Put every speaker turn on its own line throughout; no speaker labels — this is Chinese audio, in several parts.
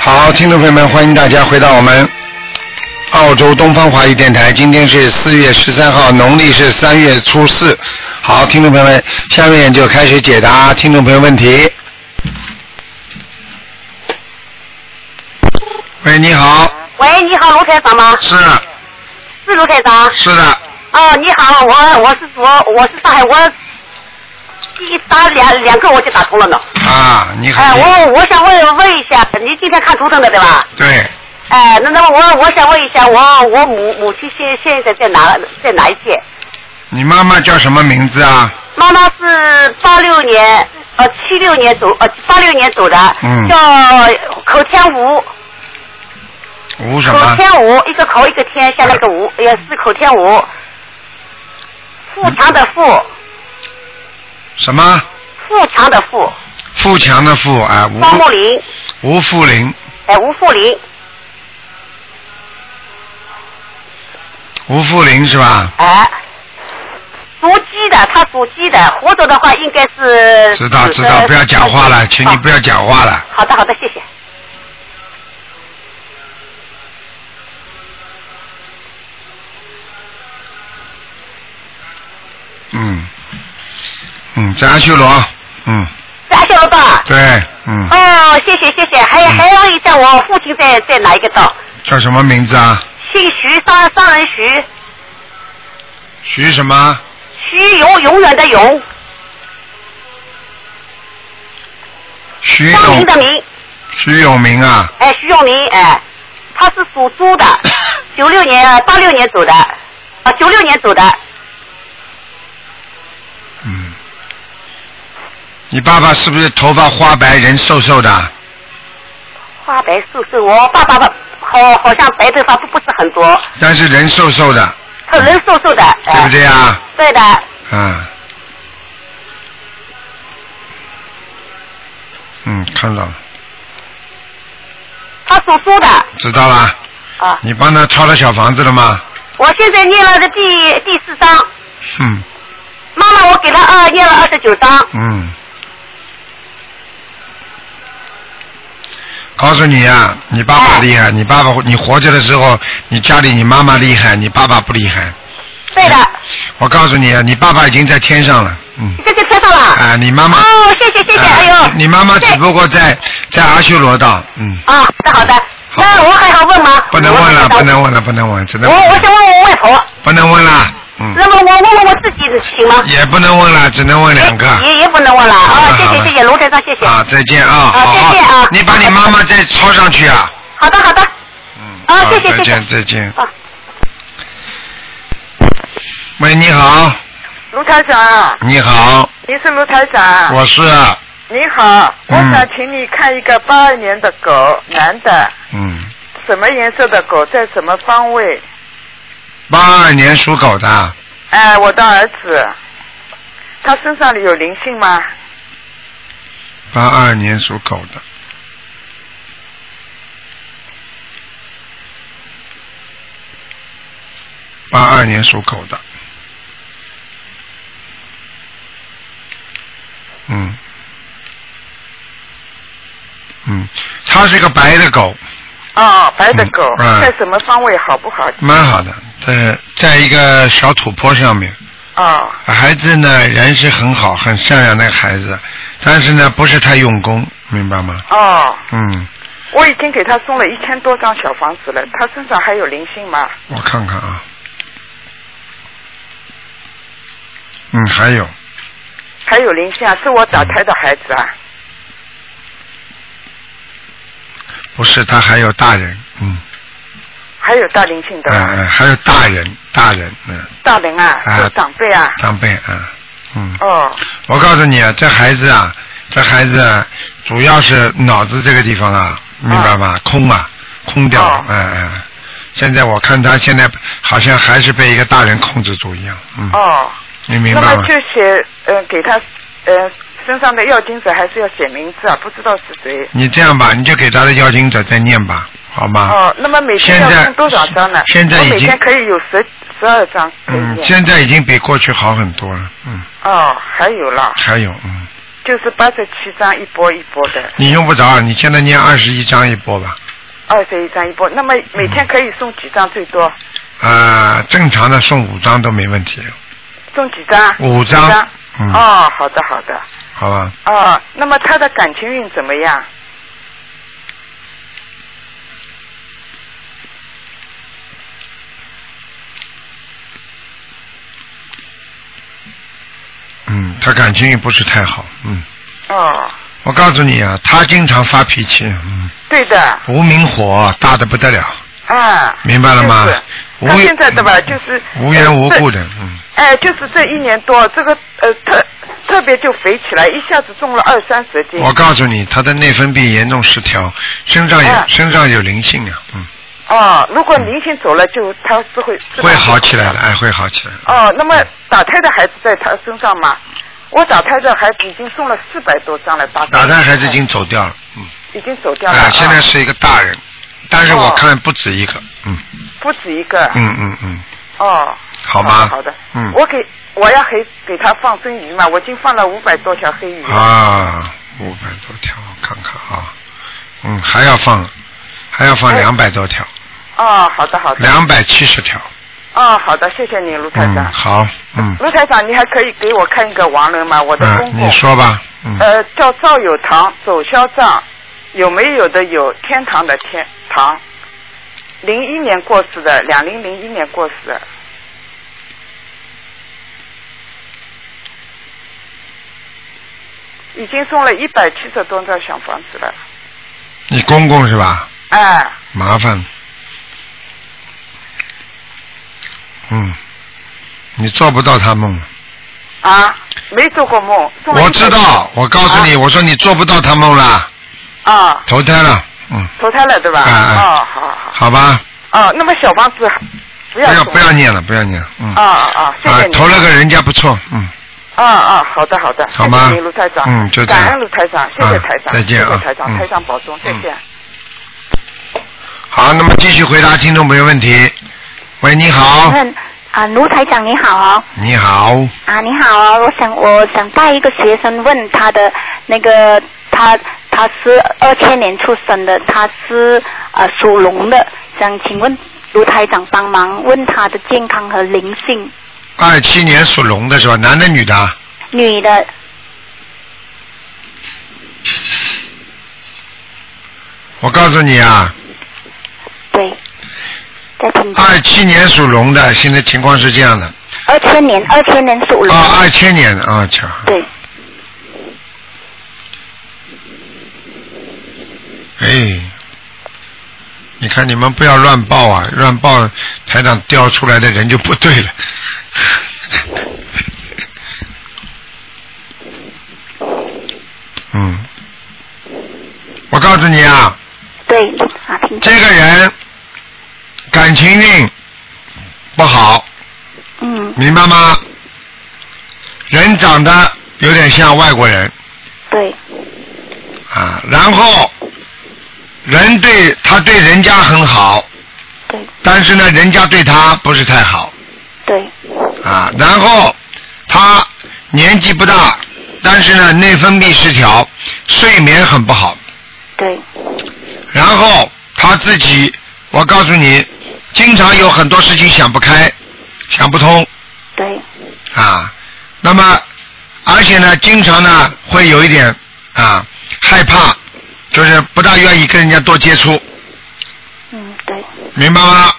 好，听众朋友们，欢迎大家回到我们澳洲东方华语电台。今天是四月十三号，农历是三月初四。好，听众朋友们，下面就开始解答听众朋友问题。喂，你好，
喂，你好，卢台长吗？
是
是卢台长。
是的，
哦，你好，我我是我我是上海，我一打两两个我就打通了呢。
啊，你
哎、
好，
我我想问问一下，你今天看图腾的对吧？
对，
哎、那那么我我想问一下，我我母母亲现现在在哪在哪一届？
你妈妈叫什么名字啊？
妈妈是八六年呃七六年走呃八六年走的，
嗯
叫口天吴，
吴什
口
么？
天吴，一个口一个天，下面一个吴，也是口天吴，富强的富。
什么？
富强的富，
富强的富啊，吴
方木林，
吴富林，
哎，吴富林，
吴富林是吧？
哎，属鸡的，他属鸡的，活着的话应该是。
知道知道，
呃
不要讲话了，请你不。
哦
要讲话了。
好的好的，谢谢。
嗯，嗯，在阿修罗，嗯，
是阿修罗道啊。
对，嗯，
哦，谢谢谢谢，还还要一下，我父亲在在哪一个道？
叫什么名字啊？
姓徐，商商人徐，
徐什么？
徐永永远的永，
徐
张明
永
的明，
徐永明啊，
哎，徐永明，哎，他是属 猪的，九六年八六年走的，啊，九六年走的，
嗯，你爸爸是不是头发花白，人瘦瘦的？
花白瘦瘦，我爸爸吧好好像白头发不不是很多，
但是人瘦瘦的，
他人瘦瘦的，
对
哎
不对啊？
对的，
啊，嗯，看到了，
他属猪的
知道了。
啊。
你帮他抄了小房子了吗？
我现在念了这第第四章，
嗯
妈妈我给他二念了二十九章，
嗯。告诉你啊，你爸爸厉
哦
害，你爸爸你活着的时候，你家里你妈妈厉害，你爸爸不厉害。
对的，
我告诉你啊，你爸爸已经在天上了，嗯，
这就贴上了。
啊，你妈妈，
哦，谢谢谢谢，
啊
哎呦，
你妈妈
这
只不过在在阿修罗道，嗯，
啊，好的好的，那我还要问吗？
不能问了，不能
问。
问了，不能问，只
我
能
我想问我外婆，
不能问了，嗯，
那么我问问我自己行吗？
也不能问了，只能问两个。
也也不能问了
好
啊
了！
谢
好
谢
了
谢谢卢台长，哎谢谢。
啊，再见啊！
啊
好好
再见啊
你把你妈妈再抄上去啊！
好的好的，
嗯
啊谢谢
再
谢
见
谢
再见。
啊，
喂，你好，
卢台长，
你好，
你是卢台长。
我是
你好，我
嗯
想请你看一个八二年的狗，男的，
嗯，
什么颜色的狗，在什么方位？
八二年属狗的，
哎，我的儿子，他身上有灵性吗？
八二年属狗的。八二年属狗的，嗯，嗯，它是一个白的狗，
哦，白的狗，
嗯嗯
在什么方位好不好？
蛮好的，在在一个小土坡上面。
哦，
孩子呢，人是很好，很善良的孩子，但是呢，不是太用功，明白吗？
哦，
嗯，
我已经给他送了一千多张小房子了，他身上还有灵性吗？
我看看啊。嗯，还有，
还有灵性啊，是我打胎的孩子啊。
不是他还有大人，嗯，
还有大灵性的
哎、
啊，
哎，还有大人，大人，嗯，
大人啊，
啊
是长辈啊，
长辈啊，嗯，
哦，
我告诉你啊，这孩子啊，这孩子啊，主要是脑子这个地方啊，明白吗？空啊，空掉了
哦，
哎、哎、现在我看他现在好像还是被一个大人控制住一样，嗯，
哦，
你明
那
白
么
吗？
就写呃给他呃身上的药精者还是要写名字啊，不知道是谁。
你这样吧，你就给他的邀请者再念吧，好吗？
哦，那么每
啊现
天要
在
送多少张呢？
现在
我
已
每
经
天可以有十十二张可以
嗯，
念。
现在已经比过去好很多了，嗯，
哦，还有了。
还有，嗯，
就是八十七张一波一波的，
你用不着，啊你现在念二十一章一波吧。
二十一张一波。那么每天可以送几张最多？
啊、正常的送五张都没问题，
送几张？
五张
张。
嗯
哦，好的好的。
好吧？
哦，那么他的感情运怎么样？
嗯，他感情也不是太好，嗯，
哦，
我告诉你啊，他经常发脾气，嗯，
对的。
无名火大的不得了，
啊，
明白了吗
就是？
无嗯
他现在的吧，就是
无缘无故。
呃
的，嗯，
这哎，就是这一年多，这个呃特特别就肥起来，一下子重了二三十斤。
我告诉你，他的内分泌严重失调，身上有、
嗯
身上有灵性啊，嗯，
哦，如果灵性走了，就他是会
会好起来的，。哎，会好起来的。
哦，那么打胎的孩子在他身上嘛？我打胎的孩子已经送了四百多张了，打
打胎孩子已经走掉了，嗯，
已经走掉了。
啊，现在
啊
是一个大人，但是我
哦
看不止一个，嗯
不止一个。
嗯嗯嗯，
哦。
好吗？
好的。
嗯，
我给我要给给他放生鱼嘛，我已经放了五百多条黑鱼了。
啊，五百多条，我看看啊，嗯，还要放，还要放
哎
两百多条，
哦，好的好的。
两百七十条，
哦，好的，谢谢你，卢台
嗯，
长。
好，嗯，
卢台长，你还可以给我看一个亡人吗？我的公
嗯，
公，
你说吧，嗯，
呃，叫赵有堂，左肖丈，有没有的有天堂的天堂，零一年过世的，两零零一年过世的，已经送了一百七十多张小房子了，
你公公是吧？
哎，
麻烦，嗯，你做不到他梦，
啊，没做过梦，啊送了
我知道，我告诉你，我说你做不到他梦了，
100啊，
投胎了，嗯，
投胎了对吧？
哎哎
哦，好好好，
好吧，
哦，那么小房子不
不
要
要
送
不要念了，不要念了，嗯，
啊啊啊！谢
啊
谢，你。
投了个人家不错，嗯。
啊啊，好的好的，
好吗
谢谢你卢台长，
嗯就这样
感恩卢台长，谢谢
嗯
台长，
再见啊
谢谢台长，
嗯
台长保重，再见。
好，那么继续回答听众朋友问题。喂，你
嗯
好，
问啊，卢台长你好哦，
你好，
啊你好哦，我想我想带一个学生问他的那个他他是二千年出生的，他是呃属龙的，想请问卢台长帮忙问他的健康和灵性，
二七年属龙的是吧？男的女的啊？
女的
我告诉你啊，
对，在听
二七年属龙的现在情况是这样的，
二呃千年二千年属龙，
啊，二千年的啊，巧，
嗯对，
哎，你看你们不要乱报啊，乱报台长调出来的人就不对了。 嗯，我告诉你啊，
对啊听
这个人感情运不好，
嗯
明白吗？人长得有点像外国人
对
啊，然后人对他对人家很好，
对
但是呢，人家对他不是太好
对
啊。然后他年纪不大，但是呢，内分泌失调，睡眠很不好。
对
然后他自己，我告诉你，经常有很多事情想不开，想不通
对
啊。那么，而且呢，经常呢会有一点啊害怕，就是不大愿意跟人家多接触，
嗯对
明白吗？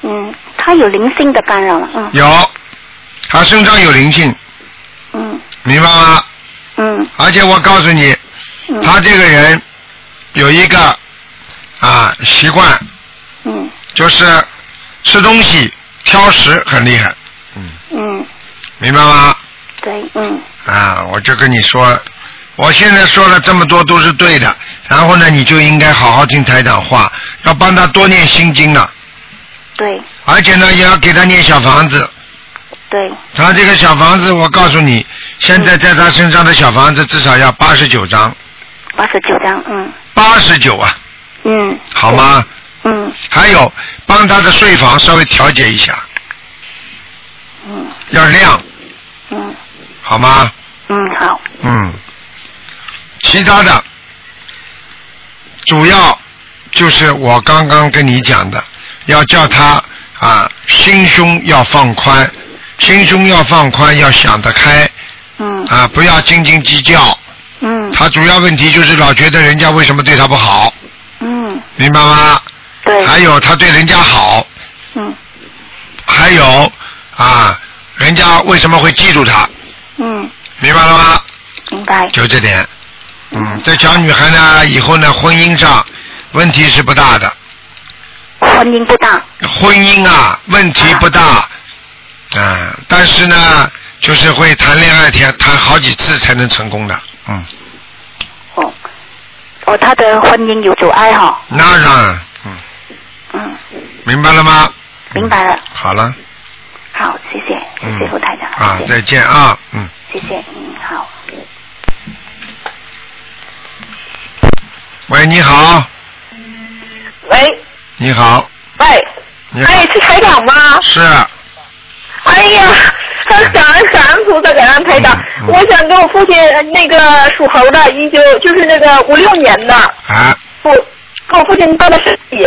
嗯，他有灵性的干扰了，嗯
有，他身上有灵性，
嗯
明白吗？
嗯
而且我告诉你，
嗯。
他这个人有一个啊习惯，
嗯
就是吃东西挑食很厉害，嗯，
嗯，
明白吗？
对，嗯
啊，我就跟你说，我现在说了这么多都是对的，然后呢，你就应该好好听台长话，要帮他多念心经了，
对
而且呢，也要给他念小房子。
对
他这个小房子，我告诉你，现在在他身上的小房子至少要八十九张，
八十九张，嗯
八十九啊，
嗯
好吗？
嗯
还有帮他的睡房稍微调节一下，
嗯
要亮，
嗯
好吗？
嗯，好，
嗯，其他的主要就是我刚刚跟你讲的，要叫他啊，心胸要放宽，心胸要放宽，要想得开
嗯
啊，不要斤斤计较。
嗯
他主要问题就是老觉得人家为什么对他不好，
嗯，
明白吗？
对，
还有他对人家好，
嗯
还有啊，人家为什么会记住他，
嗯，
明白了吗？
明白。
就这点。嗯，这小女孩呢，以后呢，婚姻上问题是不大的，
婚姻哦不大，
婚姻啊问题不大，嗯，但是呢，就是会谈恋爱谈谈好几次才能成功的，嗯，
哦哦，他的婚姻有阻碍哈、
那当然，嗯，
嗯，
明白了吗？
明白了。
好了，
好，谢谢，谢
嗯
谢卢台长，，
啊，
谢谢，
再见啊，嗯。
谢谢，嗯，好。
喂，你好，
喂
你好，
喂，
你好，
哎，是台长吗？
是，
哎呀，感恩感恩菩萨，感恩台长。
嗯嗯
我想给我父亲呃那个属猴的，一九就是那个五六年的，
啊，
不，给我父亲报的身体。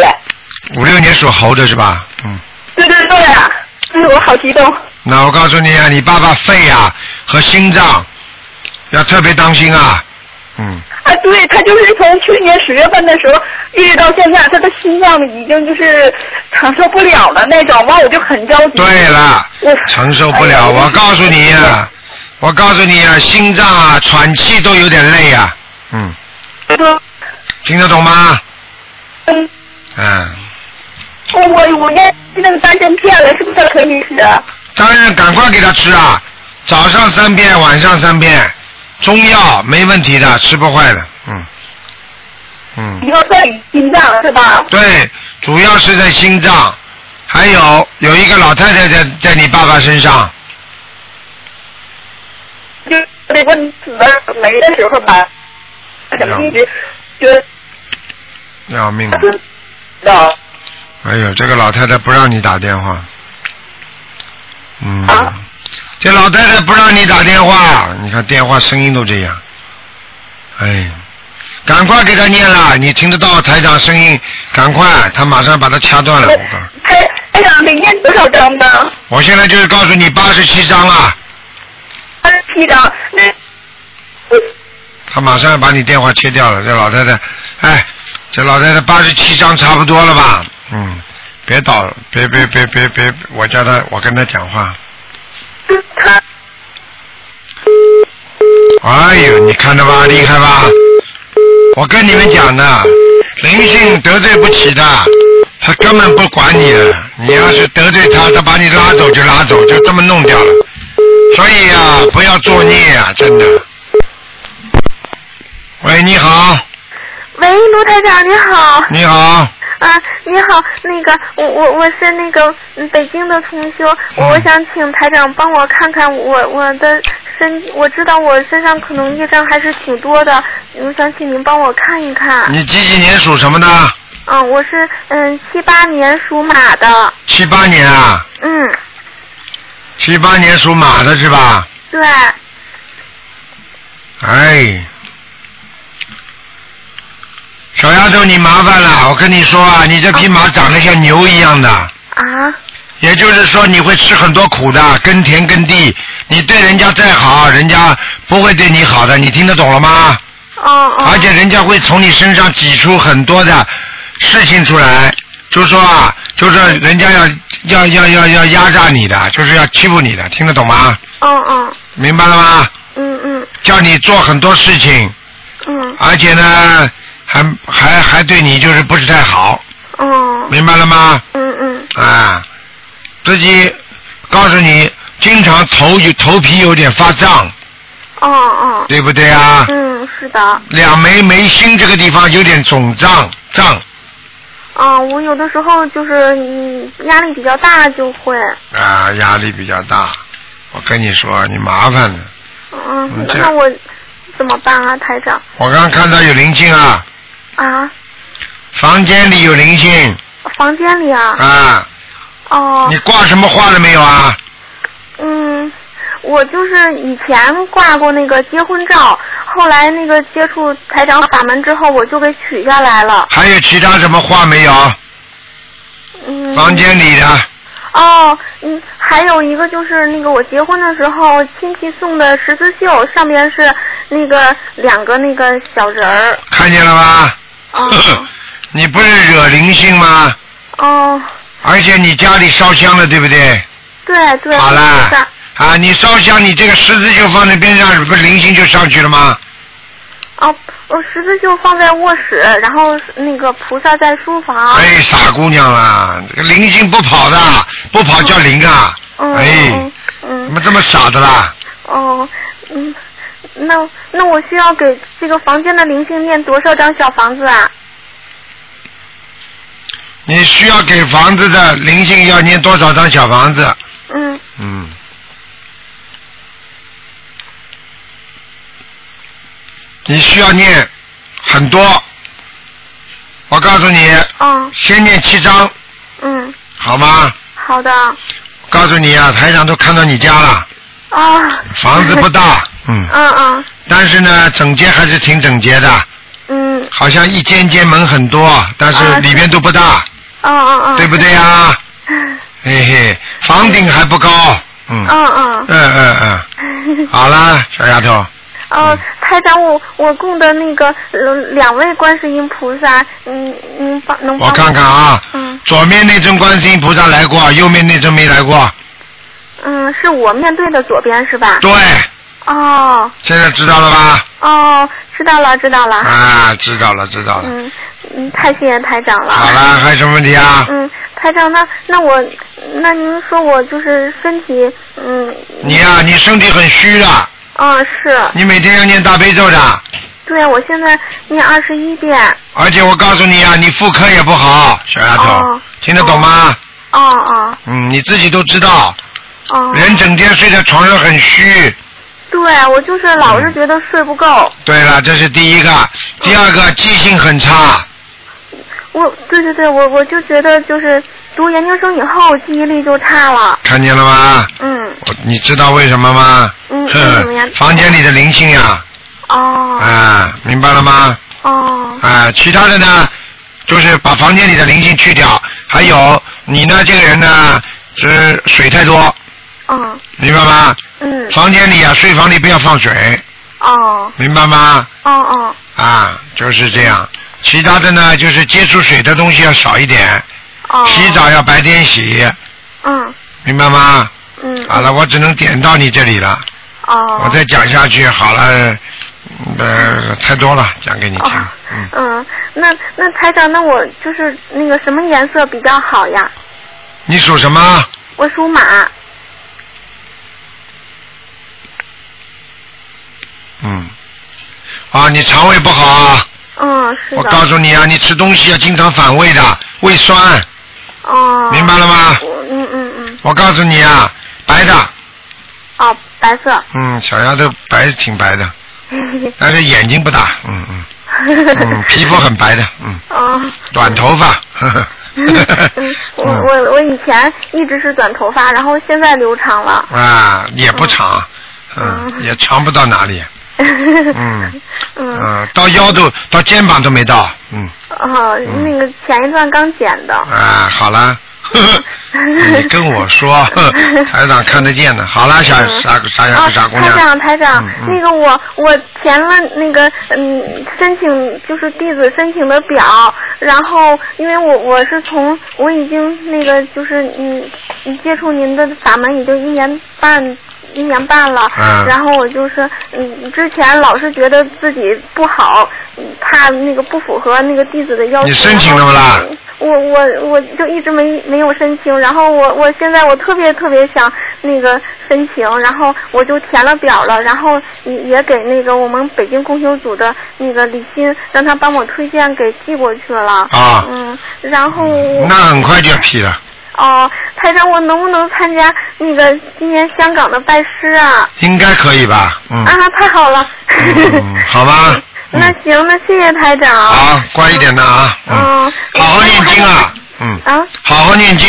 五六年属猴的是吧？嗯，
对对对，
啊嗯
哎，我好激动。
那我告诉你啊，你爸爸肺啊和心脏要特别当心啊，嗯，
啊，对他就是从去年十月份的时候一直到现在，他的心脏已经就是承受不了了那种，完我就很着 急。
对了
我，
承受不了，
哎呀
我告诉你啊，我告诉你啊，心脏啊喘气都有点累啊，嗯，
嗯。
听得懂吗？
嗯
嗯，
我我我念那个丹参片了，是不是可以吃？啊
当然赶快给他吃啊，早上三遍，晚上三遍，中药没问题的，吃不坏的，嗯，嗯。
以后在心脏是吧？
对，主要是在心脏，还有有一个老太太在在你爸爸身上，
就那个死的没的时候吧，
哎
怎么一直就
要命！
知道
哎呦，这个老太太不让你打电话，嗯，
啊
这老太太不让你打电话，你看电话声音都这样，哎，赶快给她念了，你听得到台长声音，赶快，她马上把它掐断了，我告诉你
他哎他想得念多少张呢？
我现在就是告诉你八十七章了，
二十七张。那我
她马上要把你电话切掉了，这老太太，哎，这老太太八十七章差不多了吧？嗯，别倒了，别别别别别，我叫她，我跟她讲话。
他
哎呦，你看着吧，厉害吧？我跟你们讲的，灵性得罪不起的，他根本不管你的。你要是得罪他，他把你拉走就拉走，就这么弄掉了。所以啊，不要作孽啊，真的。喂，你好，
喂，卢台长你好
你好，
啊，你好，那个我我我是那个嗯北京的同修，我我
嗯
想请台长帮我看看我我的身，我知道我身上可能业障还是挺多的，我想请您帮我看一看。
你几几年属什么的？
嗯，我是嗯七八年属马的，
七八年啊，
嗯，
七八年属马的是吧？
对，
哎，小丫头，你麻烦了。我跟你说啊，你这匹马长得像牛一样的，
啊，
也就是说你会吃很多苦的，耕田耕地。你对人家再好，人家不会对你好的，你听得懂了吗？
哦哦，
而且人家会从你身上挤出很多的事情出来，就说啊，就是人家要要要要要压榨你的，就是要欺负你的，听得懂吗？
嗯嗯
明白了吗？
嗯嗯
叫你做很多事情，
嗯
而且呢，还还还对你就是不是太好，
哦，
明白了吗？
嗯嗯
啊，自己告诉你，经常头有头皮有点发胀，
哦哦，
对不对啊？
嗯是的。
两眉眉心这个地方有点肿胀胀
啊，我有的时候就是嗯压力比较大就会，
啊，压力比较大。我跟你说，你麻烦了。嗯
嗯，
这
那我怎么办啊，台长？
我刚看到有灵性啊，
啊，
房间里有灵性
房间里啊，
啊，
哦
你，挂什么画了没有啊？
嗯，我就是以前挂过那个结婚照，后来那个接触台长法门之后，我就给取下来了。
还有其他什么话没有？
嗯。
房间里的，
哦，嗯，还有一个就是那个我结婚的时候亲戚送的十字绣，上边是那个两个那个小人儿。
看见了吗？
哦
你不是惹灵性吗？
哦，
而且你家里烧香了，对不对？
对对。
好
是
啦，啊，你烧香，你这个十字就放在边上，不是灵性就上去了吗？
哦，我十字绣放在卧室，然后那个菩萨在书房。
哎，傻姑娘啦，这个灵性不跑的，不跑叫灵啊！
嗯、
哎，怎
嗯
么这么傻的啦？
哦嗯，那那我需要给这个房间的灵性念多少张小房子啊？
你需要给房子的灵性要念多少张小房子？
嗯
嗯。你需要念很多，我告诉你，
哦
先念七张，
嗯，
好吗？
好的啊、
告诉你啊，台长都看到你家了，房子不 大，嗯，
哦 嗯嗯
但是呢，整洁还是挺整洁的，
嗯
好像一间间门很多，但是
啊
里边都不大，
嗯嗯嗯，
对不 对啊？嘿嘿，房顶还不高，嗯，
嗯 嗯。
嗯嗯嗯，好啦，小丫头，
哦，台长，我我供的那个呃两位观世音菩萨，嗯嗯，帮能帮
我看看啊，
嗯
左面那尊观世音菩萨来过，右面那尊没来过，
嗯，是我面对的左边是吧？
对，
哦
现在知道了吧？
哦，知道了知道了。
啊，知道了，知道了。
嗯嗯，太谢谢台长了。
好啦，还有什么问题啊？
嗯，台长，那那我那您说我就是身体，嗯
你呀、你身体很虚的，
嗯是，
你每天要念大悲咒的，
对我现在念二十一遍，
而且我告诉你啊，你妇科也不好，小丫头，
哦
听得懂吗？
哦哦
嗯，你自己都知道，
哦，
人整天睡在床上很虚。
对我就是老
嗯
是觉得睡不够，
对了，这是第一个，第二个记性很差，
我对对对，我我就觉得就是读研究生以后记忆力就差了，
看见了吗？
嗯
我哦你知道为什么吗？
嗯
是
为什么呀
房间里的灵性呀、啊，
哦
明白了吗？
哦
啊，其他的呢，就是把房间里的灵性去掉，还有你呢，这个人呢，是水太多，
嗯
明白吗？
嗯
房间里啊，睡房里不要放水，
哦
明白吗？
哦哦
啊，就是这样。其他的呢，就是接触水的东西要少一点，
哦，
洗澡要白天洗，
嗯
明白吗？
嗯
好了，我只能点到你这里了。
哦，
我再讲下去好了，呃，太多了，讲给你听。
哦
嗯，
嗯，那那台长，那我就是那个什么颜色比较好呀？
你属什么？
我属马。
嗯，啊，你肠胃不好啊！
嗯，是
我
的。
告诉你啊，你吃东西要经常反胃的，胃酸，
哦。
明白了吗？啊
我嗯嗯嗯。
我告诉你啊，白的，
哦，白色。
嗯，小丫头白挺白的， 但是眼睛不大，嗯嗯嗯，皮肤很白的，嗯，
哦。
短头发，呵呵。
嗯，我我我以前一直是短头发，然后现在留长了。
嗯啊，也不长，嗯，
嗯
也长不到哪里，
嗯嗯
嗯，到腰都到肩膀都没到，嗯
哦，
嗯
那个前一段刚剪的。
啊，好了， 呵呵你跟我说，呵台长看得见的。好了，小
嗯
傻傻
啊，
傻傻姑
台
娘，
长，台长，
嗯嗯
那个我我填了那个嗯申请就是弟子申请的表，然后因为我我是从我已经那个就是嗯接触您的法门已经一年半。一年半了，
嗯
然后我就是，嗯，之前老是觉得自己不好，嗯怕那个不符合那个弟子的要求。
你申请了不啦？
我我我就一直没没有申请，然后我我现在我特别特别想那个申请，然后我就填了表了，然后也也给那个我们北京供修组的那个李欣，让他帮我推荐给寄过去了。
啊嗯
嗯，然后
那很快就要批了，
哦，台长，我能不能参加那个今年香港的拜师啊？
应该可以吧？嗯，
啊，太好了。
嗯好 吧嗯
那行，那谢谢台长。
好，乖一点的啊，嗯，
嗯
好好念经啊，嗯，
啊
好好念经，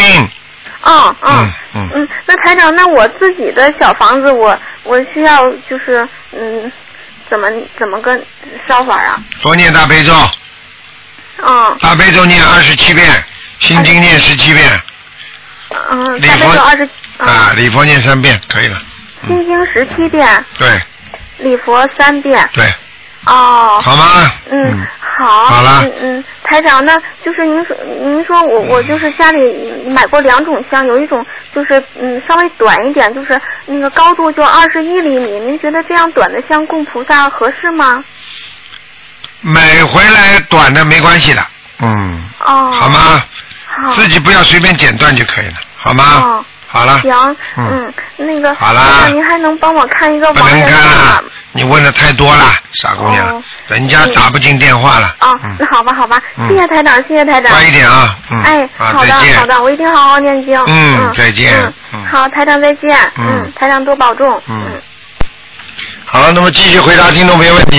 嗯嗯
嗯嗯
嗯，那台长，那我自己的小房子，我我需要就是嗯，怎么怎么个烧法啊？
多念大悲咒，
嗯
大悲咒念二十七遍，心经念十七遍，
嗯，
礼
大悲
佛
咒二十，
啊，嗯
嗯，
礼佛念三遍，可以了。
心经十七遍，
对
礼佛三遍。
对，
哦，
好吗？
嗯，好，
好了嗯
嗯嗯，台长，那就是您说，您说我我就是家里买过两种香，有一种就是嗯稍微短一点，就是那个高度就二十一厘米，您觉得这样短的香供菩萨合适吗？
买回来短的没关系的，嗯，
哦，
好？吗？
好，
自己不要随便剪断就可以了，好吗？
哦，
好了，
行，
嗯
嗯，那个，
好啦
台长您还能帮我看一个
不
亡
能
人
看
吗
了？，你问的太多了，傻姑娘
哦，
人家
嗯
打不进电话了。
哦，
嗯
那，好吧，好吧，
嗯
谢谢台长，谢谢台长。
快一点啊，嗯，
哎，
啊，
好的
再见，
好的，我一定好好念经。
嗯再见嗯
嗯，好，台长再见。
嗯
嗯，台长多保重。
嗯好了，那么继续回答听众朋友问题。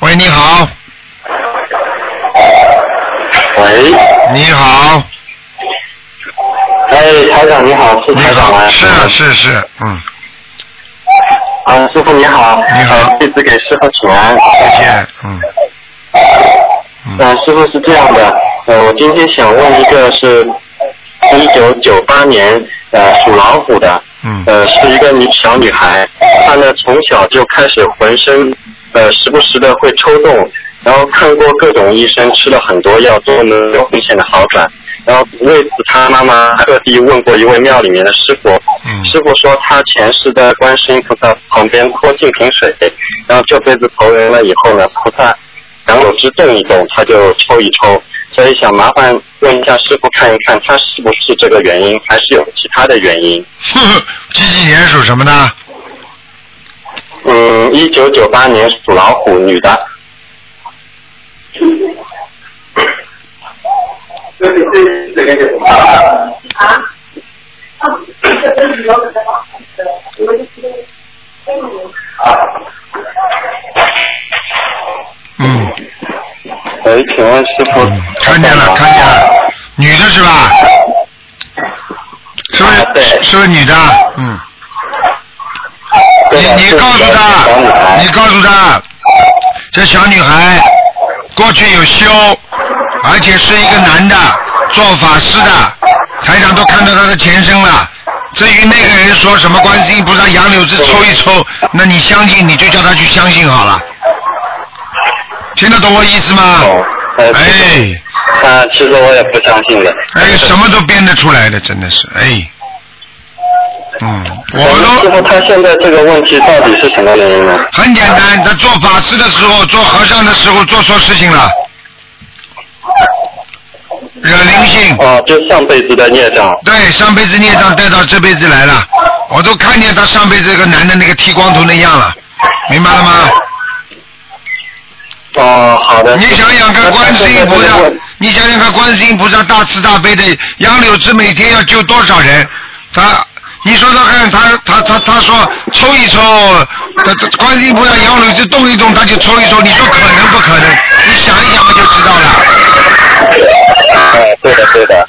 喂，你好，
喂，
你好，
哎，台长你好，是
你
台长
好，
吗？
是啊，是是，嗯，
啊，师傅你好。
你好
呃弟子给师傅请安。
再见，嗯，嗯，
呃，师傅是这样的，呃，我今天想问一个是，一九九八年呃属老虎的，
嗯，
呃，是一个女小女孩，她呢从小就开始浑身呃时不时的会抽动，然后看过各种医生，吃了很多药都没有明显的好转，然后为此她妈妈特地问过一位庙里面的师傅，
嗯
师傅说他前世在观世音菩萨旁边泼净瓶水，然后这辈子投人了以后呢，菩萨两手指动一动，他就抽一抽，所以想麻烦问一下师傅看一看他是不是这个原因，还是有其他的原因。
呵呵嗯 几几年属什么的？
嗯，一九九八年属老虎，女的。
嗯，
喂，请问师傅
嗯，看见了，看见了，女的是吧？是不
啊
是
对
是不是女的？嗯，
对
你你
是
告诉
一个小女
她，
孩
你告诉她，这小女孩过去有修，而且是一个男的，做法师的，台长都看到她的前身了。至于那个人说什么观世音菩萨杨柳枝抽一抽，那你相信你就叫他去相信好了，听得懂我意思吗
哦？呃
哎。
啊，其实我也不相信的。
哎，什么都编得出来的，真的是哎，嗯，我
师
都
傅他现在这个问题到底是什么原因呢？
很简单。他做法师的时候，做和尚的时候，做错事情了，惹灵性，
哦，就上辈子的孽障。
对，上辈子孽障带到这辈子来了。我都看见他上辈子这个男的那个剃光头那样了，明白了吗？
哦，好的。
你想想
呃
看，观世音菩萨
那他现在这个问，
你想想看，观世音菩萨大慈大悲的杨柳枝，每天要救多少人？他，你说说看，他他他他说抽一抽，他他观世音菩萨杨柳枝动一动，他就抽一抽，你说可能不可能？你想一想不就知道了？
哎，对的，对的。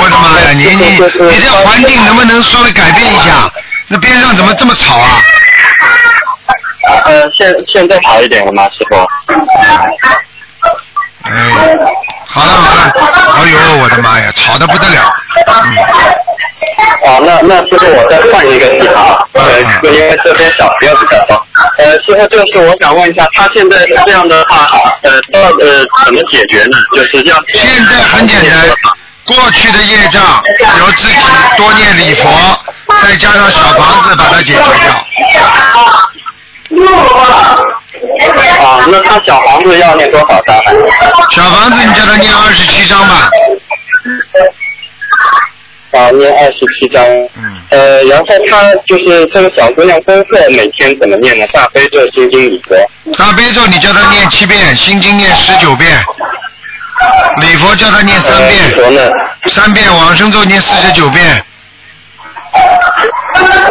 我的妈呀，你你
就是就是
你这环境能不能稍微改变一下？那边上怎么这么吵啊？
呃，现现在好一点了吗，师傅？
哎，好了好了，哎呦我的妈呀，吵得不得了，嗯。
哦，那那师傅，我再换一个地方啊，呃，因为这边小不要比较高。呃，师傅，就是我想问一下，他现在是这样的话，呃，到呃怎么解决呢？就是要
现在很简单，过去的业障由自己多念礼佛，再加上小房子把它解决掉。
啊，那他小房子要念多少张啊呢？
小房子你叫他念二十七章吧。
啊，念二十七张。
嗯，
呃，然后他就是这个小姑娘功课每天怎么念呢？大悲咒、心经、礼佛。
大悲咒你叫他念七遍，心经念十九遍，礼佛叫他念三
呃，礼佛
遍，
呢？
三遍往生咒念四十九遍。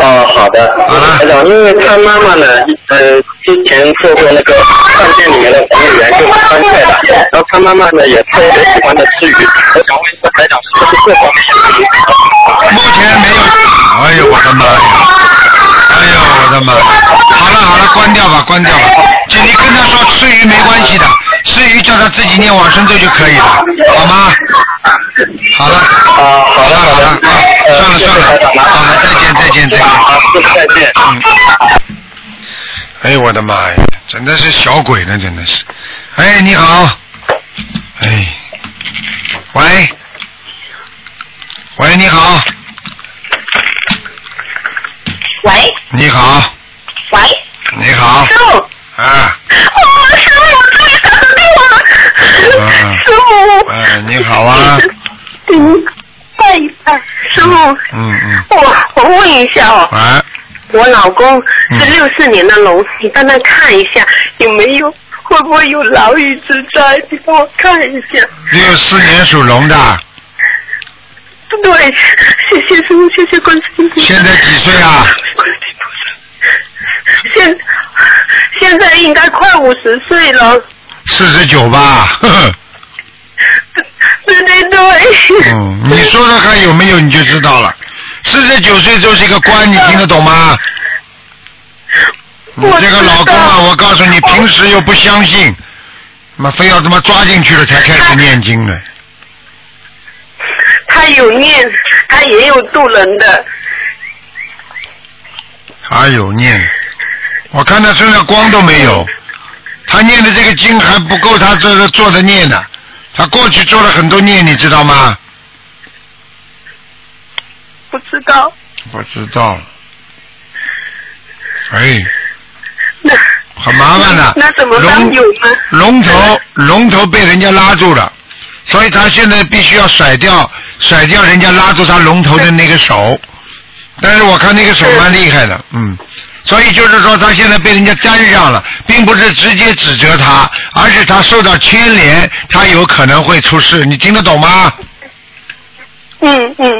哦，好的。
好了
台长，因为他妈呃妈呢，呃，之前做过那个饭店里面的服务员，就是川菜的，然后后他妈妈呢也特别喜欢的吃鱼，我想问一下台长是不是这方面有问题？
目前没有。哎呦我的妈呀！哎呦我的妈！好了好了，关掉吧，关掉吧。这你跟他说吃鱼没关系的，吃鱼叫他自己念往生咒就可以了，好吗？好了，
啊，好的好的，啊
算了
谢谢
算
台长
了，
啊
好了，再见再见再见。
好，师傅再见。
嗯。哎呦我的妈呀，真的是小鬼呢，真的是。哎，你好。哎，喂，喂，你好，
喂
你好，
喂，
你好，
师傅，
啊，
哦，师傅，我终于打到电话了，
嗯
师傅，
哎，你好啊，
嗯，拜一拜，师傅，
嗯嗯，哎
我我问一下哦，
喂，
我老公
嗯
是六四年的龙，你帮他看一下有没有会不会有牢狱之灾？你帮我看一下。
六四年属龙的，
对，谢谢师傅，谢谢观世音菩萨。
现在几岁啊？
现现在应该快五十岁了，
四十九吧，呵呵，
对对对，
嗯，你说说看有没有你就知道了。四十九岁就是一个官，你听得懂吗？你这个老公啊，我告诉你，平时又不相信，妈非要他妈抓进去了才开始念经呢。
他有念，他也有渡人的，
还有念，我看他身上光都没有，他念的这个经还不够他这个做的孽呢。他过去做了很多孽，你知道吗？
不知道
不知道。哎，
那
很麻烦的。
那怎么办
啊龙
有吗？
龙头龙头被人家拉住了，所以他现在必须要甩掉甩掉人家拉住他龙头的那个手。但是我看那个手蛮厉害的，嗯，所以就是说他现在被人家沾上了，并不是直接指责他，而是他受到牵连，他有可能会出事。你听得懂吗？
嗯嗯，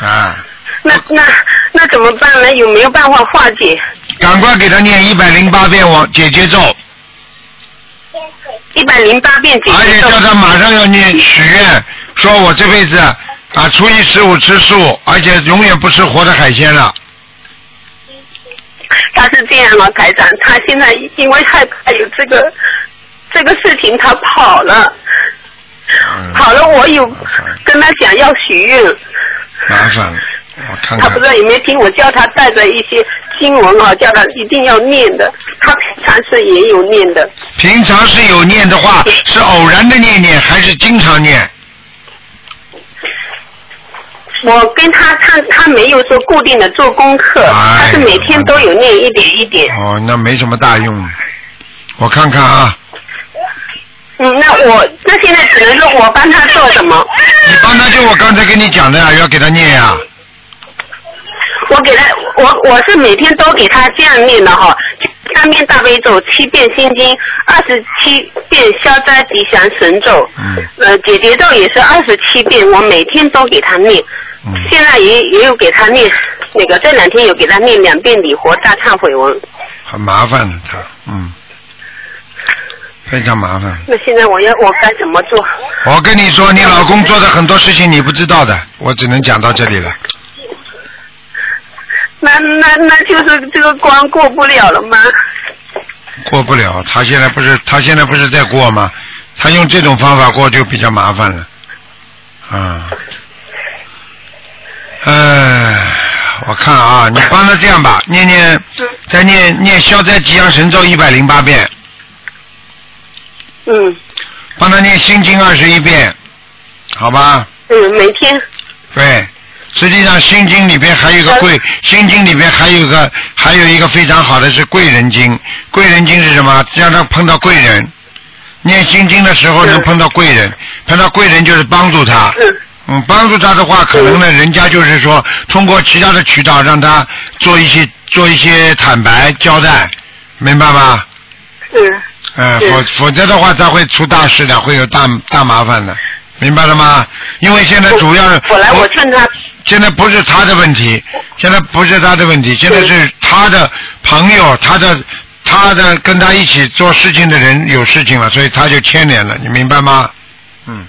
啊，
那那那怎么办呢？有没有办法化解？
赶快给他念一百零八遍往解结咒，
一百零八遍解
而
决
且
咒
叫，他马上要念许愿，说我这辈子啊初一十五吃素，而且永远不吃活的海鲜了。
他是这样的，台长，他现在因为害怕有这个这个事情，他跑了。
嗯
好了，我有
麻烦
跟他想要许愿，
麻烦了，我看
他
看
不知。道有没有听，我叫他带着一些经文啊，叫他一定要念的。他平常是也有念的，
平常是有念的话，是偶然的念念，还是经常念？
我跟他他他没有说固定的做功课，
哎
他是每天都有念一点一点。
哦，那没什么大用。我看看啊，
嗯，那我那现在只能说我帮他做什么？
你帮他就我刚才跟你讲的呀，要给他念呀、
我给他，我我是每天都给他这样念的哈，三遍大悲咒，七遍心经，二十七遍消灾吉祥神咒，
嗯
呃，解结咒也是二十七遍，我每天都给他念。
嗯，
现在也也有给他念那个，这两天有给他念两遍礼佛大忏悔文。
很麻烦的他，嗯，非常麻烦。
那现在我要我该怎么做？
我跟你说，你老公做的很多事情你不知道的，我只能讲到这里了。
那那那就是这个关过不了了吗？
过不了，他现在不是他现在不是在过吗？他用这种方法过就比较麻烦了，啊，哎，我看啊，你帮他这样吧，念念，再念念消灾吉祥神咒一百零八遍，
嗯
帮他念心经二十一遍，好吧？
嗯，每天
对，哎实际上心经里边还有一个贵，心经里边还有一个还有一个非常好的是贵人经，贵人经是什么？让他碰到贵人，念心经的时候能碰到贵人，碰到贵人就是帮助他。
嗯
嗯，帮助他的话，可能呢，人家就是说通过其他的渠道让他做一些做一些坦白交代，明白吗？
嗯
嗯，
是
否否则的话，他会出大事的，会有大大麻烦的，明白了吗？因为现在主要是
我来
不
我劝他
现在不是他的问题，现在不是他的问题，现在是他的朋友，他的他他的跟他一起做事情的人有事情了，所以他就牵连了，你明白吗？嗯，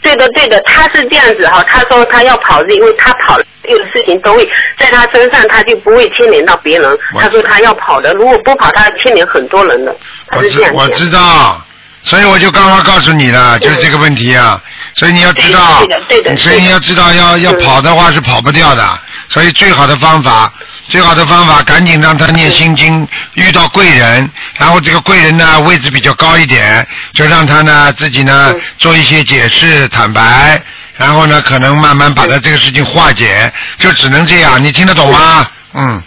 对的，对的，他是这样子哈，他说他要跑是因为他跑了，这个事情都会在他身上，他就不会牵连到别人。
我
他说他要跑的，如果不跑，他牵连很多人的。他
我
是这
知
样
我
讲
知道，所以我就刚刚告诉你了，就是这个问题啊。所以你要知道
嗯对的对的嗯对，的
所以你要知道，要要
嗯
跑的话是跑不掉的。所以最好的方法，最好的方法，赶紧让他念心经，遇到贵人，然后这个贵人呢位置比较高一点，就让他呢自己呢
嗯
做一些解释、坦白，然后呢可能慢慢把他这个事情化解，就只能这样，你听得懂吗？嗯，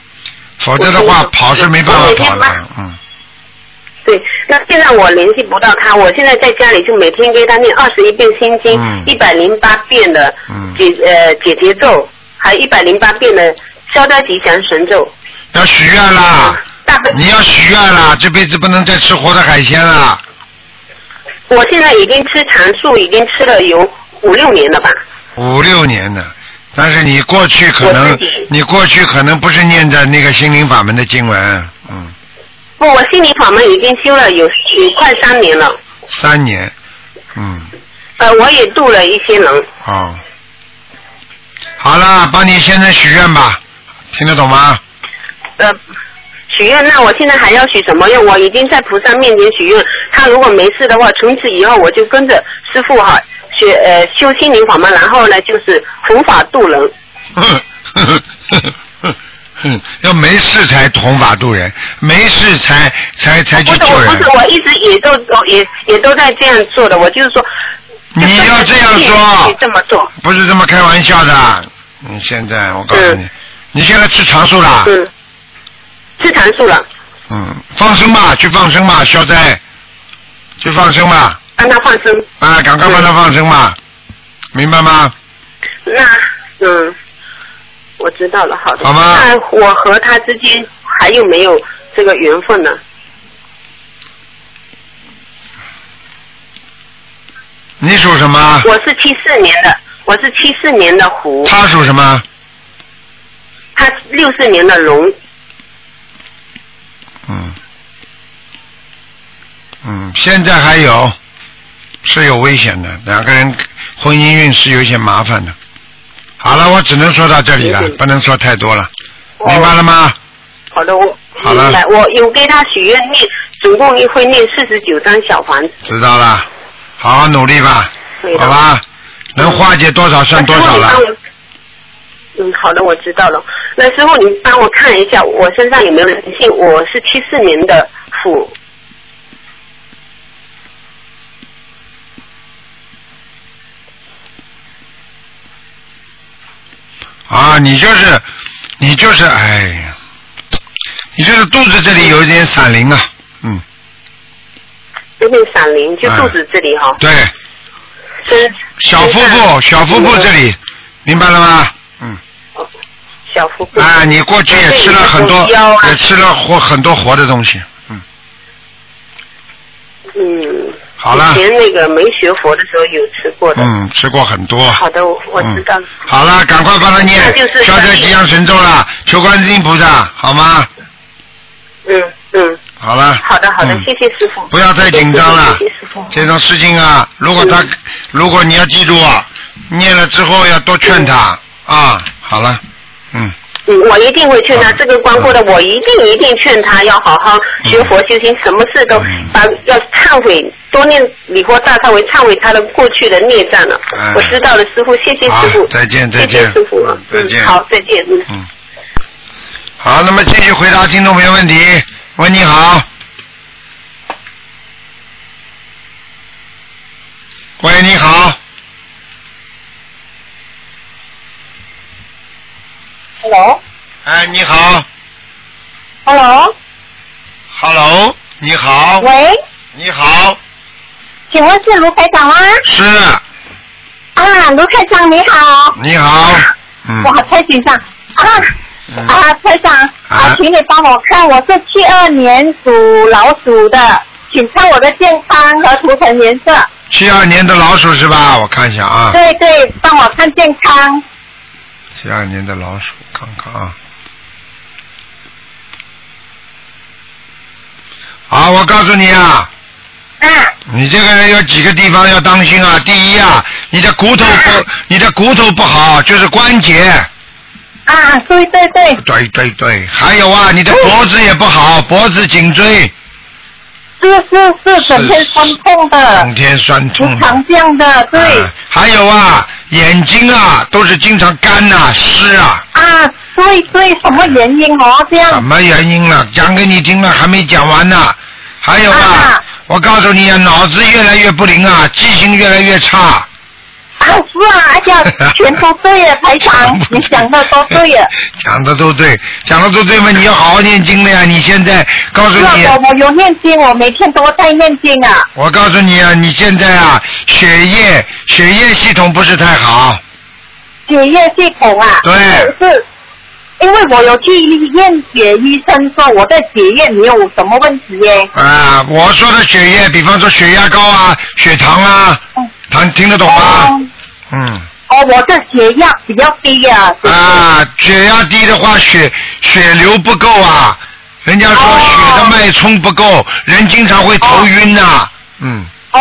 否则的话
我听得懂
跑是没办法
我每天
跑
晚
的，嗯。
对，那现在我联系不到他，我现在在家里就每天给他念二十一遍心经
嗯，
一百零八遍的
嗯
解呃解结咒，还一百零八遍的消灾吉祥神咒。
要许愿啦，
大悲，
你要许愿啦，这辈子不能再吃活的海鲜啦。
我现在已经吃长素，已经吃了有五六年了吧。
五六年的，但是你过去可
我
能
自己，
你过去可能不是念的那个心灵法门的经文，嗯，
不，我心灵法门已经修了有有快三年了，
三年，嗯，
呃，我也度了一些人。
哦，好啦，帮你先生许愿吧，听得懂吗？
呃，许愿，那我现在还要许什么愿？我已经在菩萨面前许愿，他如果没事的话，从此以后我就跟着师傅哈学呃修心灵法门，然后呢就是弘法度人。
要没事才弘法度人，没事才才才去
不是，
救
我
人
不。是，我一直也都也也都在这样做的。我就是说，就
你要这样说，
这么做，
不是这么开玩笑的。你现在，我告诉你，你现在吃长素啦，
嗯，吃长素了，
嗯，放生吧，去放生吧，消灾，去放生吧，
让他放生。
啊，赶快帮他放生吧，明白吗？
那嗯，我知道了，好的。
好吗
那我和他之间还有没有这个缘分呢？
你属什么？
我是七四年的，我是七四年的虎，
他属什么？
他六四年的龙。
嗯，嗯，现在还有是有危险的，两个人婚姻运势有一些麻烦的。好了，我只能说到这里了
谢谢，你
不能说太多了，
嗯哦
明白了吗？
好的，我
好了
明白。我有给他许愿念，总共一会念四十九张小房子。
知道了，好好努力吧，
对的
好吧，能化解多少算多少了
那。师傅你帮我嗯，好的，我知道了。那师傅，你帮我看一下我身上有没有灵性？我是七四年的虎，
啊，你就是，你就是，哎呀，你就是肚子
嗯
这里有一点闪灵啊，嗯，
有点闪灵，就肚子这里哈、
对，
身
哎小腹
身上嗯
部，小腹部这里，明白了吗？嗯，
小腹部
啊，你过去也吃了很多，
啊
也吃了活很多活的东西，嗯，
嗯，
好了
以，前那个没学佛的时候有吃过的。
嗯，吃过很多。
好的，我我知道了。
嗯。好了，赶快帮他念
那就是，
消灾吉祥神咒了，求观世音菩萨，好吗？
嗯嗯，
好了。
好的好的，
嗯
谢谢师傅。
不要再紧张了
谢谢师傅。嗯
这种事情啊，如果他，如果你要记住啊，念了之后要多劝他啊。好了，嗯，
嗯，我一定会劝他，
嗯
这个关过的，我一定一定劝他要好好学佛修心，什么事都
嗯
把要忏悔，多念礼佛大忏悔，忏悔他的过去的孽障了
嗯。
我知道了，师傅，谢谢
好
师傅，
再见再
谢
见
谢师傅啊，
再见
嗯好，再见，嗯。
好，那么继续回答听众朋友问题。喂，你好。喂，你好。哎，你好
Hello，Hello，
，Hello，你好，
喂，
你好，
请问是卢台长吗？
是，
啊，卢台长你好，
你好，嗯
哇，太紧张啊。
嗯，
啊，台长，
啊
啊，请你帮我看，我是七二年属老鼠的，请看我的健康和图腾颜色。
七二年的老鼠是吧？我看一下啊。
对对，帮我看健康。
七二年的老鼠，看看啊。啊，我告诉你啊，
嗯，
你这个人有几个地方要当心啊。第一啊，你的骨头 不，你的骨头不好，就是关节。
啊，对对对，
对对对，还有啊，你的脖子也不好，脖子颈椎
是是是，整天酸痛
整
的，
天酸
无
痛。
常见的，对，
嗯还有啊，眼睛啊都是经常干呐、湿啊，
啊，对对，什么原因哦？这
什
样
么原因了？讲给你听了，啊还没讲完呢、还有啊
啊，
我告诉你啊，脑子越来越不灵啊，记性越来越差。，
啊，是啊，哎呀，全都对了，台长 你讲的都对了。
讲的都对，讲的都对嘛，你要好好念经的呀！你现在告诉
是
你，
啊，我我有念经，我每天都在念经啊。
我告诉你啊，你现在啊，血液血液系统不是太好，
血液系统啊，
对
是是因为我有去验血，医生说我的血液没有什么问题耶。
啊，我说的血液，比方说血压高啊、血糖啊，
嗯
糖听得懂吗？嗯，
哦，我的血压比较低啊。是
啊，血压低的话，血血流不够啊，人家
哦
说血的脉冲不够，人经常会头晕呐、嗯，
哦，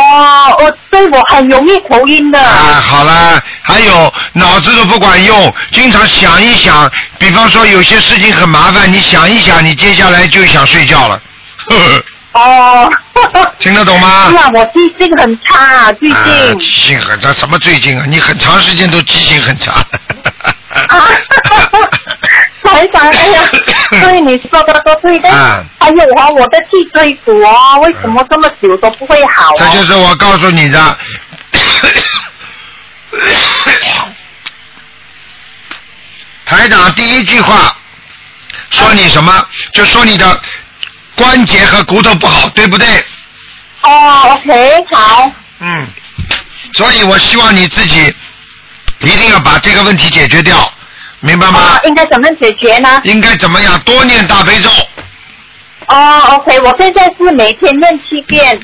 我对我很容易头晕的。
啊，好了，还有脑子都不管用，经常想一想，比方说有些事情很麻烦，你想一想，你接下来就想睡觉了， 呵呵，
哦，
听得懂吗？
是啊，我记性很差啊，最
啊，
近
记。性很差，什么最近啊？你很长时间都记性很差。
啊， 台长，哎 呀，对你说的都对的。
啊
还有啊，我的脊椎骨哦，为什么这么久都不会好、哦？
这就是我告诉你 的。台长第一句话说你什么？就说你的关节和骨头不好，对不对？
哦，OK，好，
嗯。所以我希望你自己一定要把这个问题解决掉，明白吗
啊，？应该怎么解决呢？
应该怎么样？多念大悲咒。
哦，OK，我现在是每天念七遍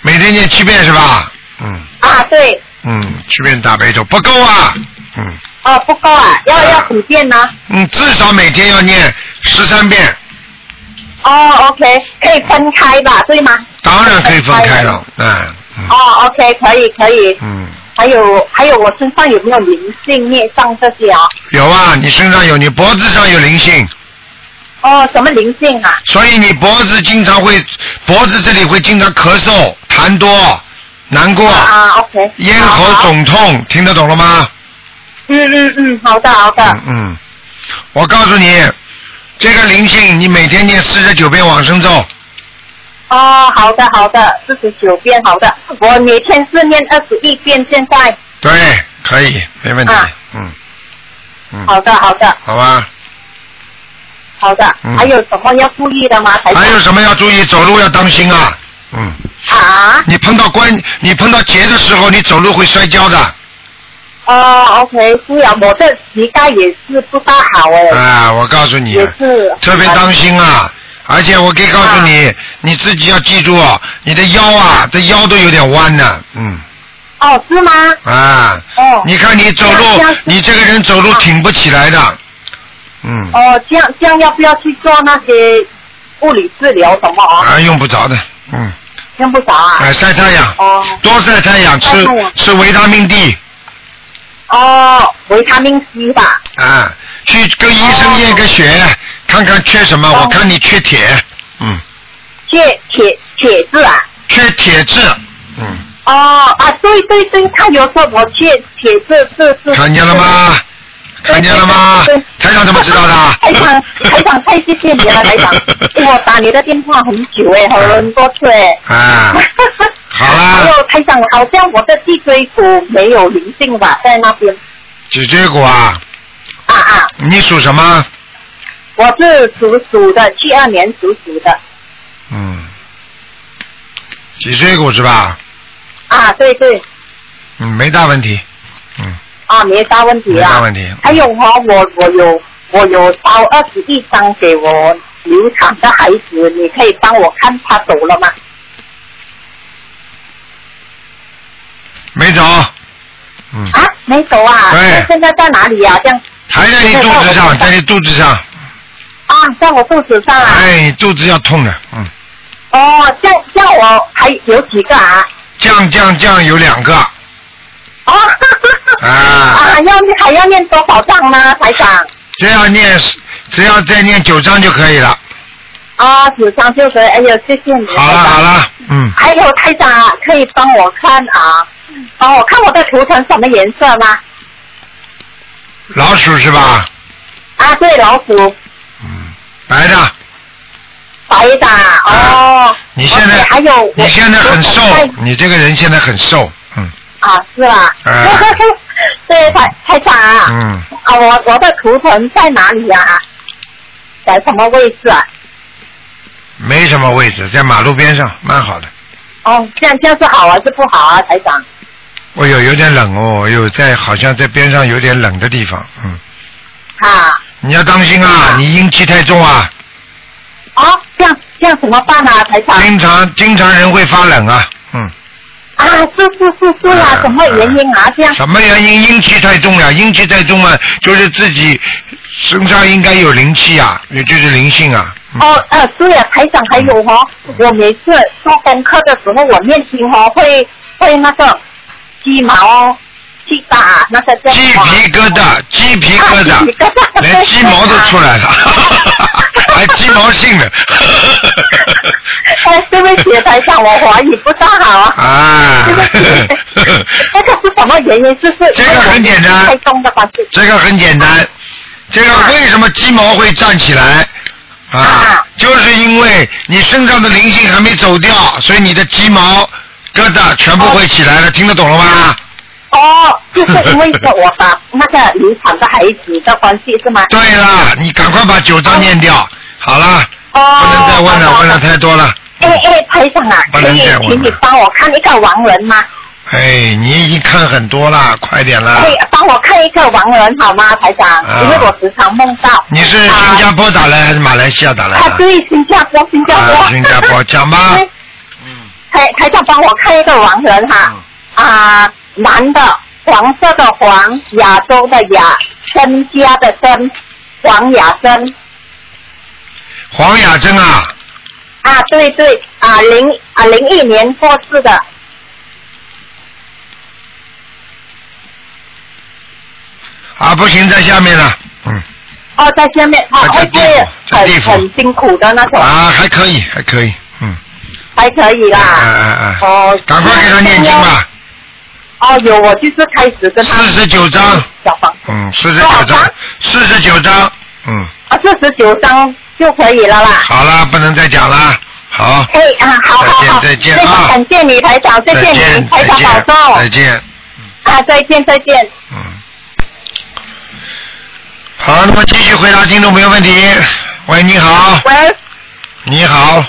每天念七遍是吧？嗯
啊，对，
嗯，七遍大悲咒不够啊。嗯
哦，不够啊，要啊要几遍呢？
嗯，至少每天要念十三遍，
哦，OK，可以分开吧，对吗？
当然可以分开了。嗯嗯
哦，OK，可以可以。
嗯，
还有还有，我身上有没有灵性、孽障这些啊？
有啊，你身上有，你脖子上有灵性，
哦，什么灵性啊？
所以你脖子经常会，脖子这里会经常咳嗽、痰多、难过、
啊，OK。
咽
好
喉
好
肿痛，听得懂了吗？
嗯嗯嗯，好的好的。
嗯嗯，我告诉你，这个灵性你每天念四十九遍往生咒，
哦，好的好的，四十九遍好的，我每天是念二十一遍，现在。
对，可以，没问题
啊。
嗯嗯，
好的好的
好吧。
好的。
嗯
还有什么要注意的吗？台长
还有什么要注意？走路要当心啊！嗯，
啊？
你碰到关，你碰到节的时候，你走路会摔跤的。
哦，OK，是啊，我的膝盖也是不大好哎，
啊，我告诉你
也，是啊
特别当心啊！而且我可以告诉你，你自己要记住，哦你的腰啊，这腰都有点弯呢、嗯，
哦，是吗？
啊，
哦
你看你走
这样
路
是，
你这个人走
啊
路挺不起来的。嗯，
哦，这样这样要不要去做那些物理治疗什么啊？
啊，用不着的。嗯，
用不着啊。
哎，晒太阳，
哦
多晒太阳，吃
晒太阳
吃维他命 D。
哦，维他命 C 吧。
啊，去跟医生验个血，看看缺什么。
哦
我看你缺铁，嗯，
铁铁铁质啊。
缺铁质，嗯，
哦啊，对对对，他有说我去铁质质质。
看见了？吗？
对
看见了吗
对对？？
台长怎么知道的
台长，台长太谢谢你了，台长， 哎我打你的电话很久哎，好很多次哎。
啊，好
还
啦，
有台长，好哎像我的脊椎骨没有灵性吧，在那边
脊椎骨啊，
啊啊，
你属什么？
我是属鼠的，七二年属鼠的
嗯，脊椎骨是吧？
啊，对对
嗯，没大问题，嗯，
啊，没啥问题
没大
啊。
问题。
还有哈、我我有我有烧二十一张给我流产的孩子，你可以帮我看他走了吗？
没走，嗯，
啊，没走啊？
对
那现在在哪里啊？这样
还在你肚子上，在你肚子上，
啊，在我肚子上啊。
哎，你肚子要痛的，嗯。
哦，这样这样我还有几个啊？
降降降有两个
哦，
啊，
啊，要念还要念多少章呢，台长？
只要念只要再念九章就可以了。
啊，九章就是，哎呦，谢谢你，
好
台
了
长
好了，嗯，
还有台长啊，可以帮我看啊，帮我看我的图腾什么颜色吗？
老鼠是吧？
啊，对，老虎
嗯，白的，
白的啊哦。
你现在
OK，还有我
你现在很瘦
我在，
你这个人现在很瘦，嗯
啊，是吧？
哎
对，台台长啊，
嗯，
啊，我我的图腾在哪里啊？在什么位置啊？
没什么位置，在马路边上，蛮好的。
哦，这样这样是好还是不好啊，台长？
我有有点冷哦，有在好像在边上有点冷的地方，嗯，
啊，
你要当心
嗯
啊，你阴气太重啊，
哦，这样这样怎么办啊，台长？
经常经常人会发冷啊，嗯。
啊，是是是是啊，什么原因啊？这样
什么原因？阴气太重了，阴气太重了，就是自己身上应该有灵气啊，也就是灵性啊。嗯
哦，呃，对啊，台长还有哦，我每次做功课的时候，我念经哦，会会那个鸡毛去打那个叫
鸡
什么
皮疙瘩，鸡皮疙
啊鸡皮疙
瘩，
瘩
连鸡毛都出 来了， 还鸡毛性的。
哎，对不起，台长，我华语不大好 啊。
啊
对不起，这个是什么原因？就是
这个很简单
太重的关系。
这个很简单，这个为什么鸡毛会站起来？啊
啊，
就是因为你身上的灵性还没走掉，所以你的鸡毛疙瘩全部会起来了，听得懂了吗？
哦，就是因为说我把那个流产的孩子的关系是吗？
对了，你赶快把九章念掉，好了，
哦，
不能再问了，
好
问了。太多了。
好哎哎，台长啊，
不
可
能
以
再问了
请你帮我看一个亡人吗？
哎，你已经看很多了，快点啦
可！以帮我看一个亡人好吗，台长？
啊
因为我时常梦到。
你是新加坡打来还是马来西亚打来
啊，
的？
对，新加坡，新加坡。
啊新加坡讲吧
哎台台长帮我看一个亡人哈，
嗯
啊，男的，黄色的黄，亚洲的亚，身家的身，黄亚生，
黄雅珍啊，
啊，对对，啊零啊零一年过世的，
啊不行，在下面了，嗯，
哦，在下面，他、
在
会
地
不
府
会
在地
很
府
很辛苦的那种？
啊还可以，还可以，嗯，
还可以啦。
哎哎哎，
哦，
赶快给他念经吧，
哦，有，我就是开始跟他
四十九章，
小房
嗯，四十
多
九
少
章
章，
四十九章，嗯，
啊，四十九张就可以了啦。
好了，不能再讲了，好，
哎啊，好好好，
再见再见
非
啊
常感谢你台长，谢
再
谢你
见，
台
再
长
见，
保重
再见。
啊，再见再见。
嗯，好，那么继续回答听众朋友问题。喂，你好，
喂，
你好，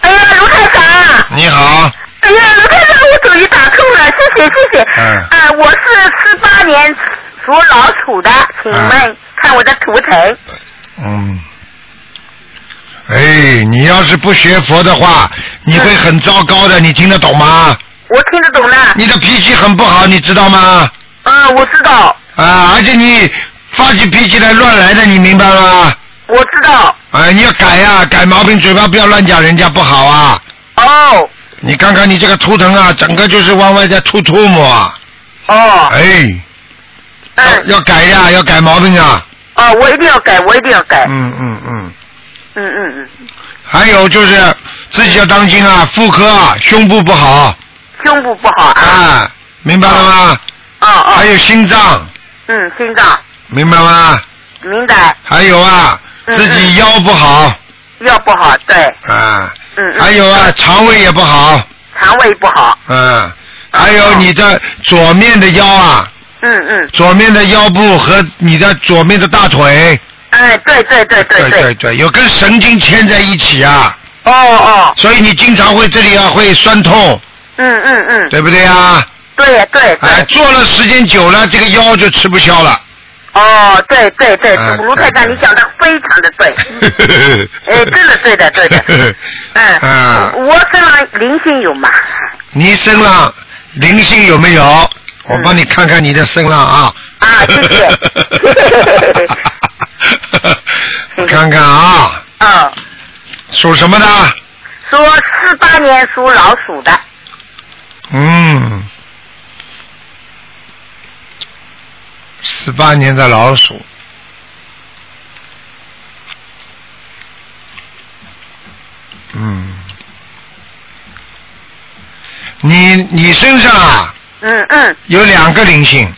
哎呀，卢台长啊，
你好，
哎呀，卢台长，我终于打通了，谢谢谢谢。
嗯
啊，我是四八年属老鼠的，请
嗯
问看我的图腾。
嗯，哎，你要是不学佛的话，你会很糟糕的，你听得懂吗？
我听得懂了，
你的脾气很不好，你知道吗？
嗯，我知道，
啊，而且你发起脾气来乱来的，你明白吗？
我知道。
啊，你要改呀、改毛病，嘴巴不要乱讲人家不好啊！
哦
你看看你这个图腾啊，整个就是往外在吐吐沫啊，
哦，
哎。要
嗯，
要改呀，要改毛病啊。
哦，我一定要改，我一定要改。
嗯嗯嗯。
嗯嗯嗯，
还有就是自己要当心啊，妇科啊，胸部不好
胸部不好啊。
啊，明白了吗？
哦
还
哦，
有心脏，
嗯，心脏，
明白吗？
明白，
还有啊，
嗯
自己腰不好
腰不好，对，
啊，
嗯嗯。
还有啊，肠胃也不好，
肠胃不好，
嗯，
啊
还
哦
有你的左面的腰啊，
嗯嗯，
左面的腰部和你的左面的大腿，
哎，对对对对
对
对，
对，有根神经牵在一起啊，
哦哦，
所以你经常会这里啊会酸痛，
嗯嗯嗯，
对不对啊？
对对
哎，
对，
坐了时间久了，这个腰就吃不消了。
哦对对对
哎，
卢太长，
对
你讲的非常的对，嗯哎，真的对的对 的，
啊
嗯，我我身上灵性有嘛？
你身上灵性有没有？我帮你看看你的身上啊。
啊谢 谢
我看看啊， 啊
嗯，
属什么的？
说四八年属老鼠的，
嗯，十八年的老鼠，嗯，你你身上啊
嗯嗯，
有两个灵性，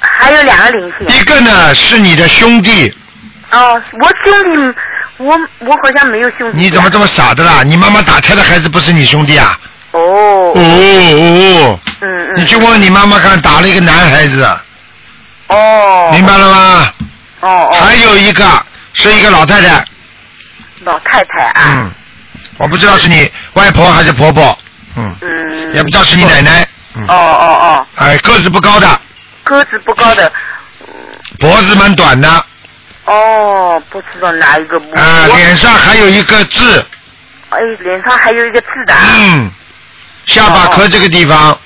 还有两个灵性。
一个呢是你的兄弟，
哦，我兄弟，我我好像没有兄弟。
你怎么这么傻的啦？你妈妈打胎的孩子不是你兄弟啊？
哦
哦哦哦，
嗯
你
嗯，
去问你妈妈看，打了一个男孩子，啊
哦
明白了吗？
哦哦，
还有一个是一个老太太，
老太太啊，
嗯，我不知道是你外婆还是婆婆，嗯，
嗯，
也不知道是你奶奶，嗯
哦，哦哦，
哎，个子不高的，
个子不高的，
脖子蛮短的，
哦，不知道哪一个不，
啊，
嗯我
脸上还有一个痣，
哎，脸上还有一个痣的啊，
嗯，下巴颏这个地方，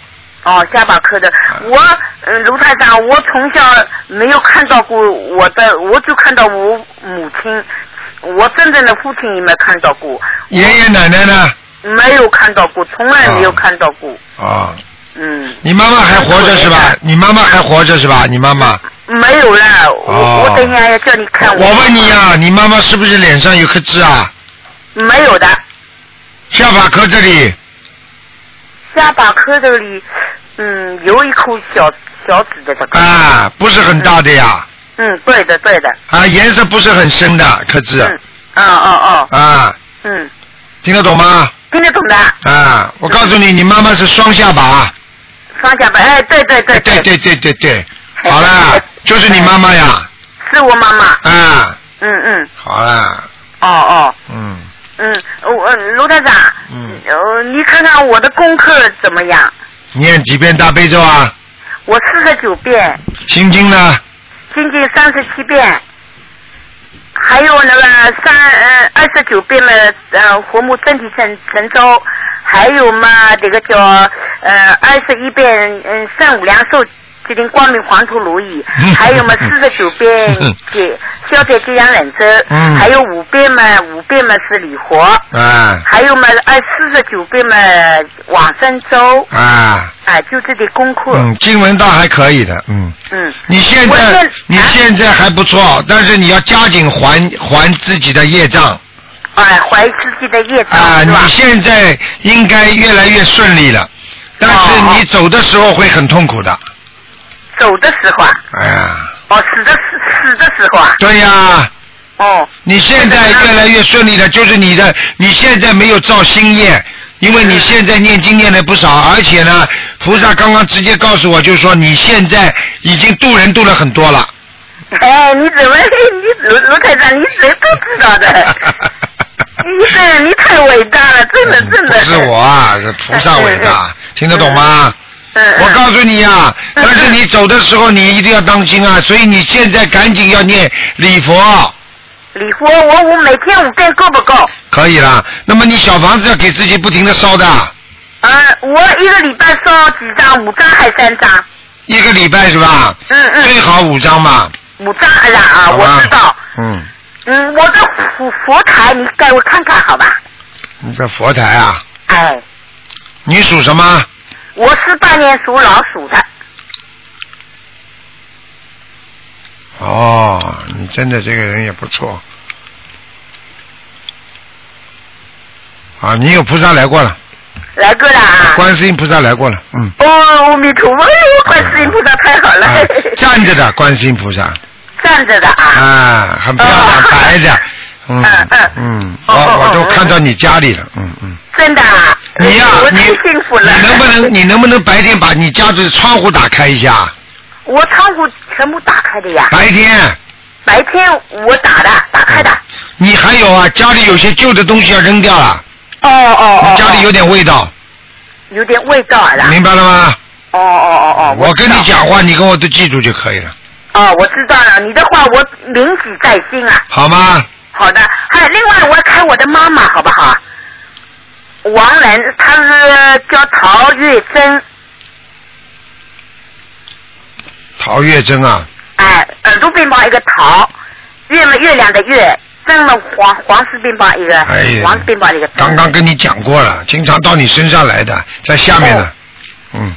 哦，下巴磕的。我，嗯，卢台长，我从小没有看到过我的，我就看到我母亲，我真正的父亲也没看到过，
爷爷奶奶呢？
没有看到过，从来没有看到过。
啊，
嗯，
你妈妈还活着是吧？你妈妈还活着是吧？你妈妈，
没有啦，我、
哦
我等一下要叫你看我。
我问你啊，你妈妈是不是脸上有颗痣啊？
嗯没有的，
下巴颏这里，
下巴磕这里，嗯，有一颗小小指的这个。
啊，不是很大的呀，
嗯，对的，对的。
啊，颜色不是很深的颗痣，
嗯，嗯嗯嗯，
啊，
嗯，
听得懂吗？
听得懂的，
啊，我告诉你，你妈妈是双下巴。
双下巴，哎，对对对哎
对对对对对，好 啦，就是你妈妈呀。
是我妈妈。
啊，
嗯嗯，
好啦，
哦哦，
嗯，
嗯，我、呃、卢台长，
嗯
呃，你看看我的功课怎么样？
念几遍大悲咒啊，
我四十九遍，
心经呢？
心经三十七遍，还有那个三呃二十九遍的呃活木身体神神咒，还有嘛这个叫呃二十一遍嗯圣无量寿。吉林光明黄土如意，
嗯
还有嘛四十九遍解消灾吉祥忍咒，
嗯
还有五遍嘛五遍嘛是礼佛，
啊
还有嘛，二四十九遍嘛往生咒，
啊，
啊，就这点功课，
嗯，经文倒还可以的，嗯。
嗯，
你现
我
在
现
你
啊
现在还不错，但是你要加紧还还自己的业障
哎、怀自己的业障、
啊！
是吧
你？现在应该越来越顺利了，但是
哦哦
你走的时候会很痛苦的。
走的时候啊，
哎呀，
哦，死的死死的时候啊，
对呀、
哦，
你现在越来越顺利了，就是你的，你现在没有造新业，因为你现在念经念的不少，而且呢，菩萨刚刚直接告诉我，就是说你现在已经渡人渡了很多了。嗯
哎，你怎么你卢卢台长，你谁都 知道的，医生你太伟大了，真的真嗯的，
嗯不是我，啊，是菩萨伟大，听得懂吗？
嗯，嗯
我告诉你呀、啊，
嗯
但是你走的时候你一定要当心啊，所以你现在赶紧要念礼佛，
礼佛我我每天五遍够不够？啊
可以啦。那么你小房子要给自己不停的烧的，
呃，我一个礼拜烧几张，五张还三张？
一个礼拜是吧？
嗯
最
嗯，
好五张吧，
五张哎呀啊，
好吧？
我知道。
嗯，
嗯，我的佛佛台你给我看看好吧？
你这佛台啊，
哎，
你属什么？
我是半年属老鼠的，
哦，你真的这个人也不错。啊，你有菩萨来过了，
来过了啊！
观世音菩萨来过了，嗯。
哦，阿弥陀佛，哎呦，观世音菩萨太好 了，
啊站着的观世音菩萨，
站着的啊。
啊，很漂亮，
哦
白的，嗯
嗯嗯
嗯，我
哦哦
我都
哦
看到你家里了，嗯嗯，
真的啊！
你呀
哎呦，我
你
太幸福了。
你能不能你能不能白天把你家的窗户打开一 下？
我窗户全部打开的呀，
白天，
白天我打的，打开的。
你还有啊，家里有些旧的东西要扔掉了，
哦哦哦。
你家里有
哦
点味道，
有点味道啊。
明白了吗？
哦哦哦哦。
我跟
知
你
道。
讲话，你跟我都记住就可以了，
哦，我知道了，你的话我铭记在心啊。
好吗？
好的，还有另外我看我的妈妈好不好？王人，她是叫陶月珍，
陶月珍啊，啊
呃哎，耳朵边旁一个陶，月嘛月亮的月，珍生了黄黄氏病吧一个，
哎呀
黄氏病吧一个。
刚刚跟你讲过了，经常到你身上来的，在下面
哦
呢。嗯。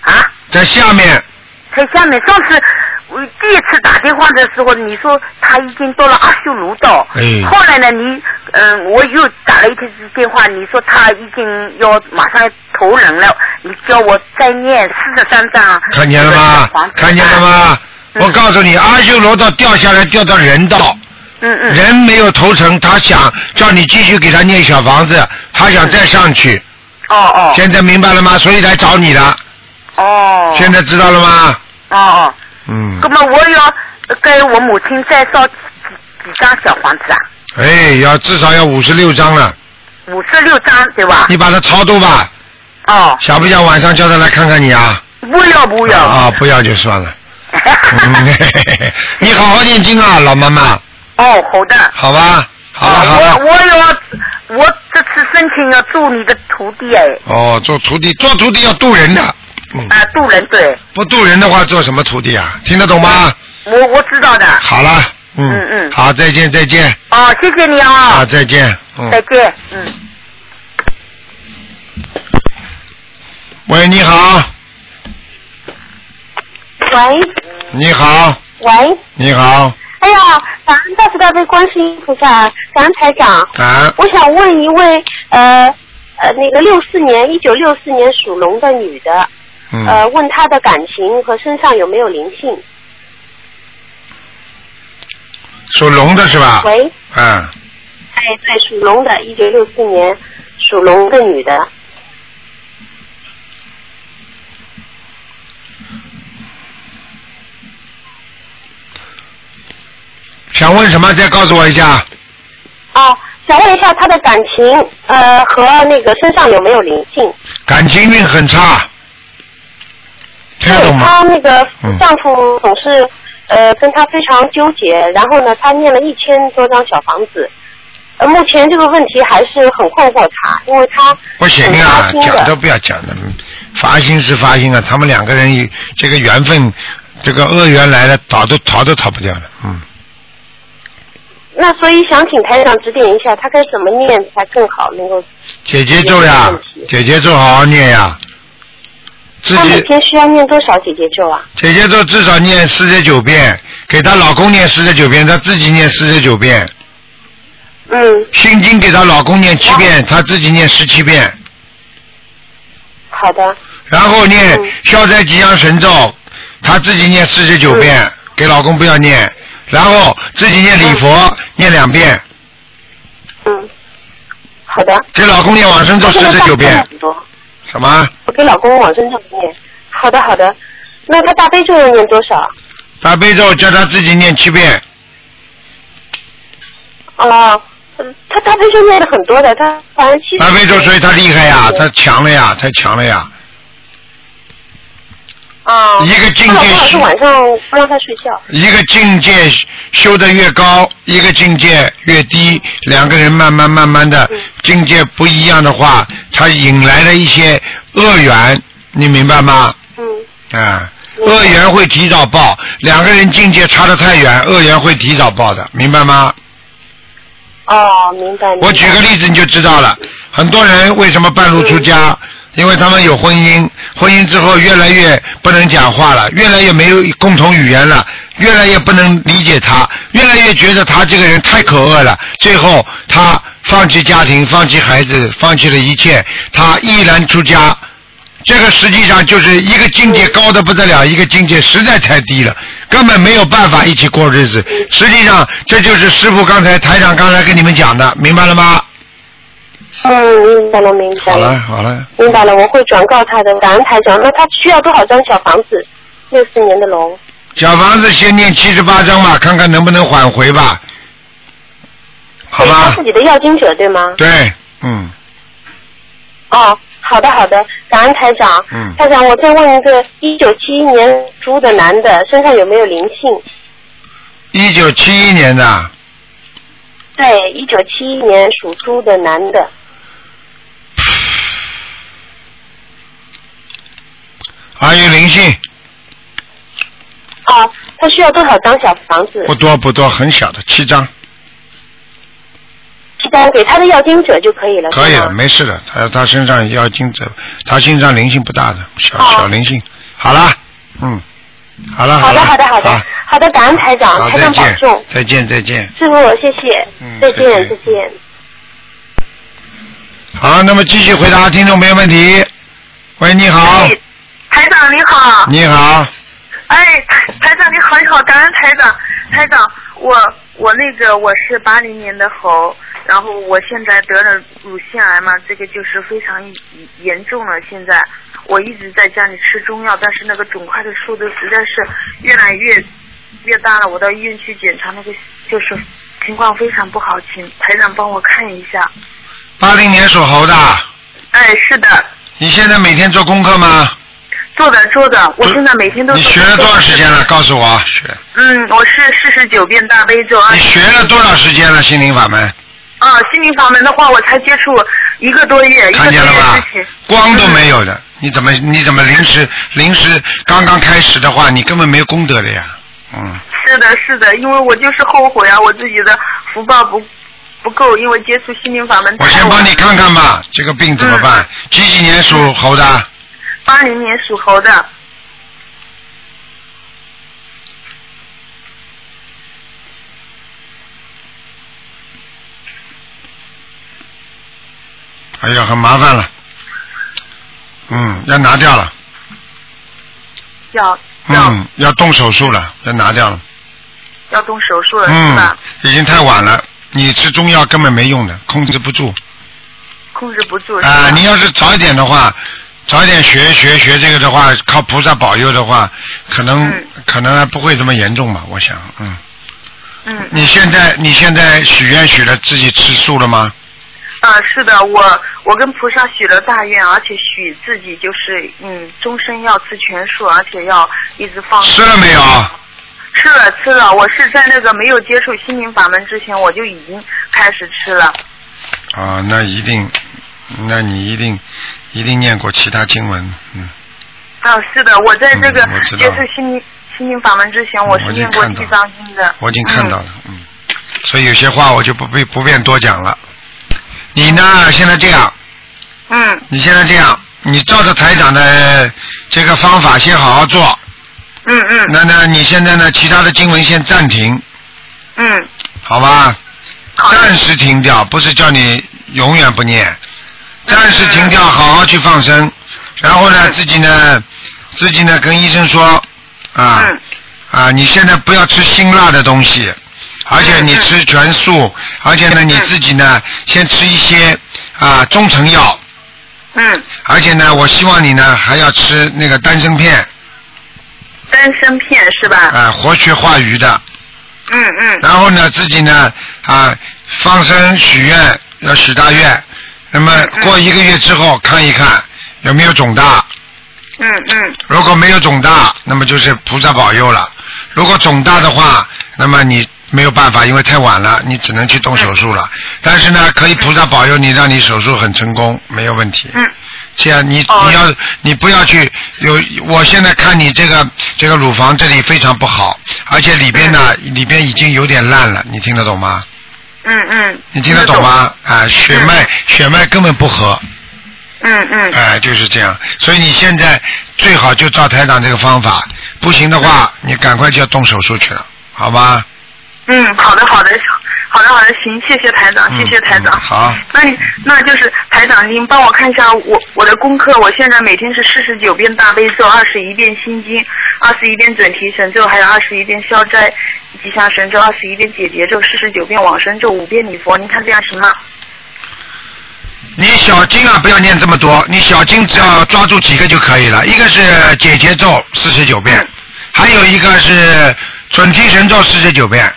啊？
在下面，
在下面，上次我第一次打电话的时候，你说他已经到了阿修罗道。
哎
后来呢，你嗯，我又打了一次电话，你说他已经要马上要投人了，你叫我再念四十三章。
看见了吗？看见了吗？我告诉你，阿修罗道掉下来掉到人道，
嗯嗯。
人没有投诚，他想叫你继续给他念小房子，他想再上去。
哦哦。
现在明白了吗？所以来找你了。
哦。
现在知道了吗？
哦哦。
嗯。
那么我要给我母亲再烧几几几张小房子啊？
哎，要至少要五十六张了，
五十六张对吧？
你把它超度吧。
哦。
想不想晚上叫他来看看你啊？
不要不要。
啊， 不要就算了。嗯嘿嘿嘿你好好念经啊，老妈妈，
哦，好的。
好吧？好了好
啊我
了。
我要我这次申请要做你的徒弟哎，
哦，做徒弟，做徒弟要渡人的，嗯
啊，渡人对，
不渡人的话做什么徒弟啊？听得懂吗？
我我知道的。
好了，嗯
嗯嗯
好，再见再见
哦，谢谢你啊、
啊，再见，嗯
再，
呃
见，嗯。
喂，你好，
喂
你好，
喂，
你好，
哎呀，感恩大慈大悲观世音菩萨，感恩台长，
啊，
我想问一位呃呃那个六四年一九六四年属龙的女的，
嗯，
呃，问她的感情和身上有没有灵性？
属龙的是吧？
喂，
嗯，
哎对，属龙的，一九六四年属龙的女的，
想问什么？再告诉我一下。
哦，想问一下她的感情呃和那个身上有没有灵性？
感情运很差，听得懂吗？
她那个
嗯
丈夫总是、呃跟她非常纠结，然后呢，她念了一千多张小房子，呃，目前这个问题还是很困惑她，因为她
不行啊讲
很，开
都
心的，
不要讲了，嗯发心是发心啊，他们两个人这个缘分，这个恶缘来了，逃都逃都逃不掉了，嗯。
那所以想请台长指点一下，她该怎么念才更好能够？
姐姐咒呀，姐姐咒好好念呀，自
她每
己
天需要念多少姐姐咒啊？
姐姐咒至少念四十九遍，给她老公念四十九遍，她自己念四十九遍，
嗯，
心经给她老公念七
哦
遍，她自己念十七遍，
好的，
然后念
嗯
消灾吉祥神咒，她自己念四十九遍，
嗯
给老公不要念，然后自己念礼佛念两遍，
嗯，好的。
给老公念往生咒
她现在
49遍
大悲咒很多
什么
我给老公往身上念。好的，好的。那她大悲咒要念多少？
大悲咒叫她自己念七遍，
哦，嗯他大悲咒念的很多的，他反正七
大悲咒所以她厉害啊呀，她
嗯
强了呀，太强了呀。
哦
啊，
一个境界
她老公老是
是
晚上不让他睡觉。
一个境界修得越高，一个境界越低，两个人慢慢慢慢的境界不一样的话，它引来了一些恶缘，你明白吗？
嗯，
啊，恶缘会提早报，两个人境界差得太远，恶缘会提早报的，明白吗？
哦，明白。明白
我举个例子你就知道了，很多人为什么半路出家？因为他们有婚姻，婚姻之后越来越不能讲话了，越来越没有共同语言了，越来越不能理解他，越来越觉得他这个人太可恶了。最后他放弃家庭，放弃孩子，放弃了一切，他毅然出家。这个实际上就是一个境界高的不得了，一个境界实在太低了，根本没有办法一起过日子。实际上，这就是师傅刚才台长刚才跟你们讲的，明白了吗？
嗯，明白了，明白
好了，好了，
明白了，我会转告他的。感恩台长，那他需要多少张小房子？六四年的龙。
小房子先念七十八章吧，看看能不能挽回吧，好
哎他
吧
自？己的要经者对吗？
对，嗯，
哦，好的好的，感恩台长。
嗯
台长，我再问一个，一九七一年猪的男的身上有没有灵性？
一九七一年的，
对，一九七一年属猪的男的。
还有灵性，
哦啊，他需要多少张小房子？
不多不多，很小的七张，
张给他的要经者就可以了。
可以
是
了，
吗
没事的。他他身上要经者，他身上灵性不大的，小小灵性。好了，嗯，好了，
好的，
了
好的，好的，好的，感恩台长，
好，
台
再
长保
见
重，，
再见，再见。
师傅，谢谢，
嗯
再
再
见，
见
再见。
好，那么继续回答听众朋友问题。喂，你好，
哎
哎
台长你好，
你好，
哎，台台长你好，你好，感恩台长，台长，我我那个我是八零年的猴，然后我现在得了乳腺癌嘛，这个就是非常严重了。现在我一直在家里吃中药，但是那个肿块的速度实在是越来越越大了。我到医院去检查，那个就是情况非常不好，请台长帮我看一下。
八零年属猴的，
哎，是的，
你现在每天做功课吗？
做的做的，我现在每天都
嗯你
做
学了多少时间了？告诉我，学
嗯，我是四十九遍大悲咒。
你学了多少时间了？心灵法门，
啊，心灵法门的话，我才接触一个多月，一个
看
多月
见了吧
之前。
光都没有的，你怎么你怎么临时临时刚刚开始的话，你根本没有功德的呀，嗯。
是的，是的，因为我就是后悔啊，我自己的福报不不够，因为接触心灵法门。
我先帮你看看吧，这个病怎么
嗯
办？几几年属猴的？
八零年属猴的，
哎呀，很麻烦了。嗯，要拿掉了。
要
嗯，要动手术了，要拿掉了。
要动手术了、是
嗯
吧？，
已经太晚了，你吃中药根本没用的，控制不住。
控制不住是吧？
啊、你要是早一点的话，早一点学学学这个的话，靠菩萨保佑的话，可能、可能还不会这么严重吧，我想，嗯。
嗯。
你现在你现在许愿许了自己吃素了吗？
啊，是的，我我跟菩萨许了大愿，而且许自己就是嗯，终身要吃全素，而且要一直放。
吃了没有？啊
吃了吃了，我是在那个没有接触心灵法门之前，我就已经开始吃了。
啊、那一定，那你一定一定念过其他经文，嗯，
啊，是的，我在这个
嗯我知道
接触心灵心灵法门之前，我是
我已经
念过
看到
七章经的。
我已经看到了，啊嗯，所以有些话我就不必不便多讲了。你呢？现在这样，
嗯
你现在这样，你照着台长的这个方法先好好做。
嗯嗯。
那那你现在呢？其他的经文先暂停，
嗯
好吧？暂时停掉，不是叫你永远不念，暂时停掉，好好去放生。然后呢，自己呢，自己呢跟医生说，啊、
嗯
啊，你现在不要吃辛辣的东西，而且你吃全素，而且呢你自己呢先吃一些啊中成药。
嗯。
而且呢，我希望你呢还要吃那个丹参片，
丹参片是吧？
啊、活血化瘀的。
嗯嗯。
然后呢，自己呢啊放生许愿，要许大愿。那么过一个月之后看一看有没有肿大，
嗯嗯
如果没有肿大，那么就是菩萨保佑了；如果肿大的话，那么你没有办法，因为太晚了，你只能去动手术了。但是呢，可以菩萨保佑你，让你手术很成功，没有问题。
嗯。
这样你你要你不要去有，我现在看你这个这个乳房这里非常不好，而且里边呢里边已经有点烂了，你听得懂吗？
嗯嗯。
你听得懂吗？啊，血脉血脉根本不合。
嗯嗯。
哎、就是这样。所以你现在最好就照台长这个方法，不行的话，你赶快就要动手术去了，好吗？
嗯，好的好的好的好的，行，谢谢台长，谢谢台长。
嗯好，
那你那就是台长，您帮我看一下我我的功课，我现在每天是四十九遍大悲咒，二十一遍心经，二十一遍准提神咒，还有二十一遍消灾吉祥神咒，二十一遍解结咒，四十九遍往生咒，五遍礼佛，您看这样行吗？
你小经啊，不要念这么多，你小经只要抓住几个就可以了。一个是解结咒四十九
嗯
遍，还有一个是准提神咒四十九遍。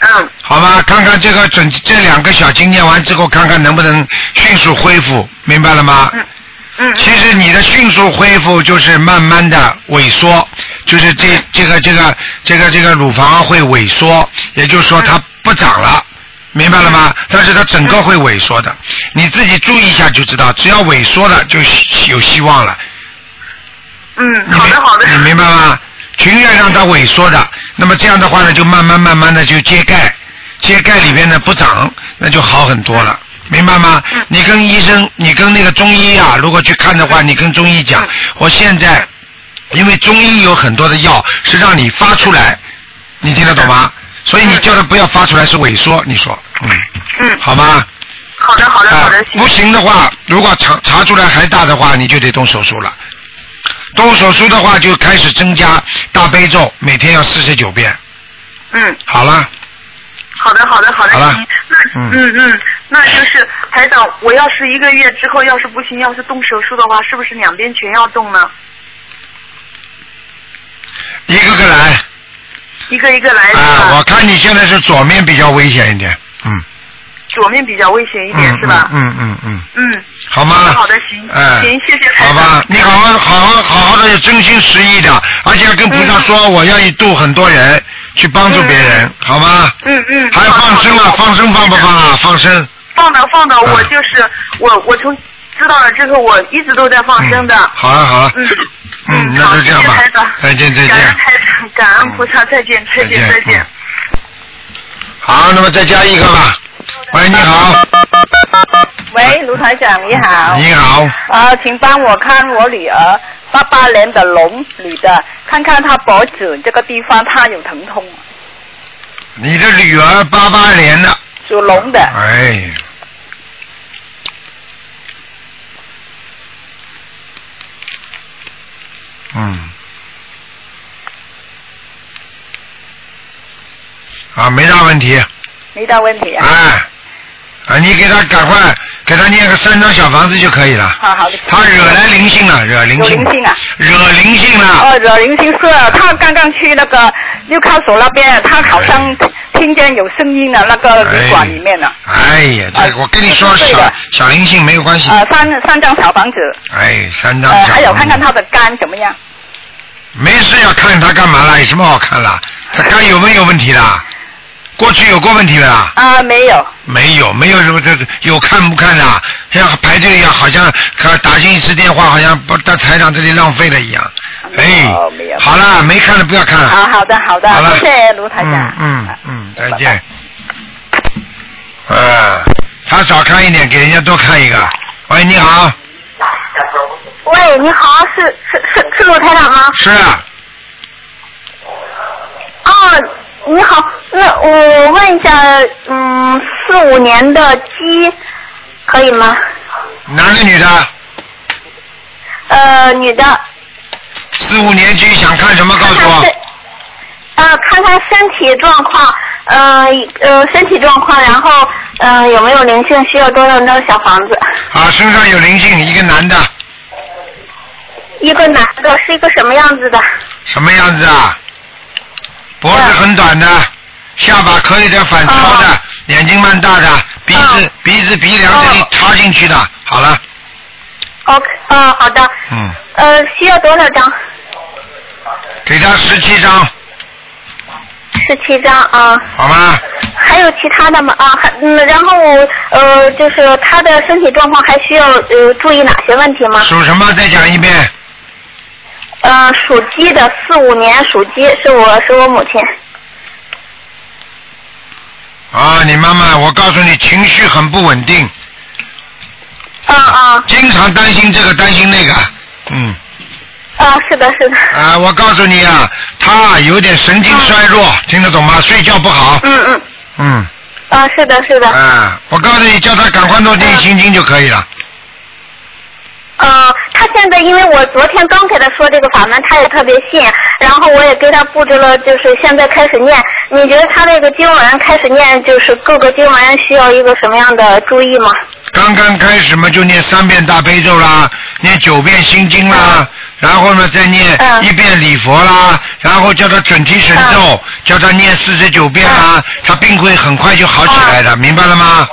嗯。
好吧，看看这个准这两个小经念完之后，看看能不能迅速恢复，明白了吗？嗯。
嗯。
其实你的迅速恢复就是慢慢的萎缩，就是这这个这个这个这个乳房会萎缩，也就是说它不长了。明白了吗？但是它整个会萎缩的，你自己注意一下就知道。只要萎缩了，就有希望了。
嗯，
好的好的。你明白吗？情愿让它萎缩的，那么这样的话呢，就慢慢慢慢的就揭盖。疖盖里边呢不长，那就好很多了。明白吗？你跟医生，你跟那个中医啊，如果去看的话，你跟中医讲，我现在因为中医有很多的药是让你发出来，你听得懂吗？所以你叫他不要发出来是萎缩，你说，嗯，嗯，好吗？
好的，好的，
好的。啊不行的话，如果查查出来还大的话，你就得动手术了。动手术的话，就开始增加大悲咒，每天要四十九遍。
嗯，
好了，
好的，好的，好的，
好了
行那嗯嗯，那就是台长，我要是一个月之后要是不行，要是动手术的话，是不是两边全要动呢？
一个个来。
一个一个来，
啊，我看你现在是左面比较危险一点，嗯，
左面比较危险一点、
嗯
是吧？
嗯嗯嗯，
嗯，
好吗？
好的，行，
哎
行，谢谢
好
台长。
吧，你好好好好好好的，真心实意的，而且要跟菩萨说，我愿意度很多人，去帮助别人，好吗？
嗯嗯，
还有放生嗯啊，放生放不放啊？放生，
放的放的，我就是、我我从知道了之后，我一直都在放生的。
好了好了，啊
嗯，
嗯，那就这样
谢谢
吧
台长，
再见嗯再
嗯感恩
见，
台长，感恩菩萨，再见再见再见。
嗯好，那么再加一个吧。喂，你好，
喂，卢台长，你好。
嗯你好，
啊，请帮我看我女儿八八年的龙女的，看看她脖子这个地方她有疼痛，
你的女儿八八年的，
属龙的。
哎，嗯，啊，没大问题。
没大问题啊。
哎，啊，你给他赶快给他念个三张小房子就可以了。
好好的。
他惹来灵性了，惹灵
有
性。
灵性啊。
惹灵性了。
哦，惹灵性是她刚刚去那个六靠所那边，她好像听见有声音了，那个旅馆里面了。啊
哎呀，这我跟你说，
这是对
小
的
小灵性没有关系。
呃，三三张小房子，
哎，三张
呃，
哎小。
还有看看她的肝怎么样？
没事要看他干嘛啦？有什么好看啦？他肝有没有问题啦？过去有过问题的啦？
啊，没有。
没有，没有什么这这有看不看的，啊像排队一样，好像可打进一次电话，好像不到台长这里浪费了一样。哎，好了，没看的不要看了。
啊，好的好的
好，了
谢谢卢台长。
嗯嗯，再见。啊，他少看一点，给人家多看一个。喂，你好，
喂，你好，是是是是卢台长吗？
是。
啊，你好，那我问一下，嗯，四五年的鸡可以吗？
男的女的？
呃，女的。
四五年级想看什么？告诉我。
呃，看看身体状况，呃呃，身体状况，然后呃有没有灵性，需要多少张小房子？
啊，身上有灵性，一个男的，
一个男的是一个什么样子的？
什么样子啊？脖子很短的，下巴可以的反超
哦
的，眼睛蛮大的，鼻子鼻子鼻梁这里
哦
插进去的。好了，
OK，呃，好的，
嗯，
呃，需要多少张？
给他十七张，
十七张啊。
好吗？
还有其他的吗？啊，还嗯，然后呃，就是他的身体状况还需要呃注意哪些问题吗？
属什么？再讲一遍。
呃，属鸡的，四五年属鸡，是我是我母亲。
啊，你妈妈，我告诉你，情绪很不稳定。
啊啊。
经常担心这个，担心那个。嗯。
啊，是的，是的。
啊，我告诉你啊，她有点神经衰弱，听得懂吗？睡觉不好。
嗯嗯。
嗯。
啊，是的，
嗯
是的。
啊，我告诉你，叫她赶快弄定心经就可以了。
呃，他现在因为我昨天刚给他说这个法门，他也特别信，然后我也给他布置了，就是现在开始念。你觉得他这个经文开始念，就是各个经文需要一个什么样的注意吗？
刚刚开始嘛，就念三遍大悲咒啦，念九遍心经啦，然后呢再念一遍礼佛啦，然后叫他准提神咒，叫他念四十九遍啦，他病会很快就好起来的，明白了吗？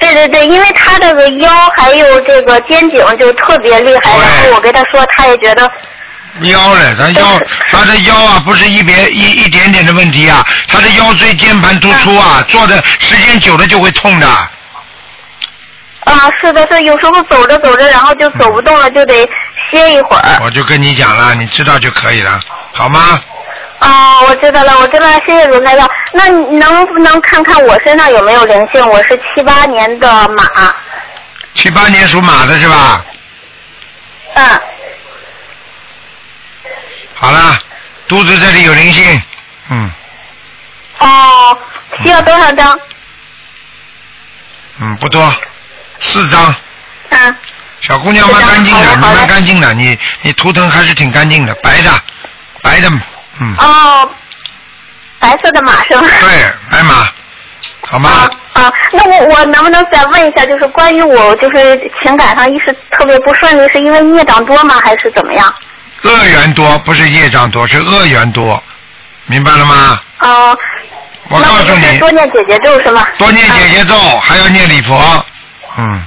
对对对，因为他这个腰还有这个肩颈就特别厉害，然后我跟他说，他也觉得
腰嘞，他 腰，他的腰啊，不是一别一一点点的问题啊，他的腰椎间盘突出啊，坐的时间久了就会痛的。
啊，是的，是有时候走着走着，然后就走不动了，就得歇一会儿。
我就跟你讲了，你知道就可以了，好
啊
吗？
哦，我知道了，我知道了，谢谢卢台长。那
嗯
你能不能看看我身上有没有灵性？我是七八年的马，
七八年属马的是吧？
嗯。
好了，肚子这里有灵性，
哦，需要多少张？
嗯，不多，四张。
嗯。
小姑娘蛮干净的，你蛮干净的，你你图腾还是挺干净的，白的，白的，嗯，
哦，白色的马是吗？
对，白马，好吗？
啊，那我我能不能再问一下，就是关于我就是情感上一直特别不顺利，是因为孽障多吗，还是怎么样？
恶缘多，不是业障多，是恶缘多，明白了吗？
哦、
我告诉
就是
你，
多念姐姐咒是吗？
多念姐姐咒，还要念礼佛，嗯，
啊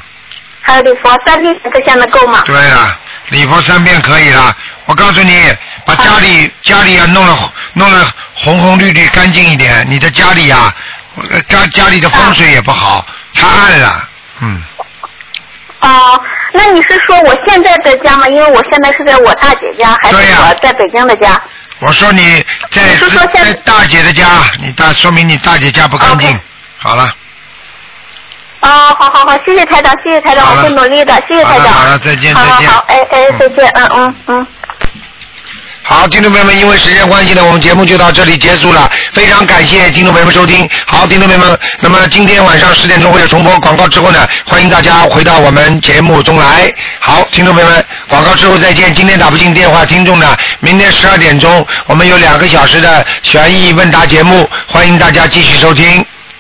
还有礼佛三遍这现在够吗？
对了，礼佛三遍可以了。我告诉你，把家里家里啊弄了弄了红红绿绿干净一点，你的家里啊，呃家家里的风水也不好，太暗了，嗯。
哦，那你是说我现在在家吗？因为我现在是在我大姐家，还是我在北京的家？
我说你在在大姐的家，你大说明你大姐家不干净。好了，
哦，好好好，谢谢台长，谢谢台长，
好
我
了
会努力的，谢谢
好了，
台长。
好了，再见，
好
再
好
见。
好，哎哎，再见，嗯嗯嗯。
好，听众朋友们，因为时间关系呢，我们节目就到这里结束了。非常感谢听众朋友们收听。好，听众朋友们，那么今天晚上十点钟会有重播广告之后呢，欢迎大家回到我们节目中来。好，听众朋友们，广告之后再见。今天打不进电话，听众呢，明天十二点钟我们有两个小时的悬疑问答节目，欢迎大家继续收听。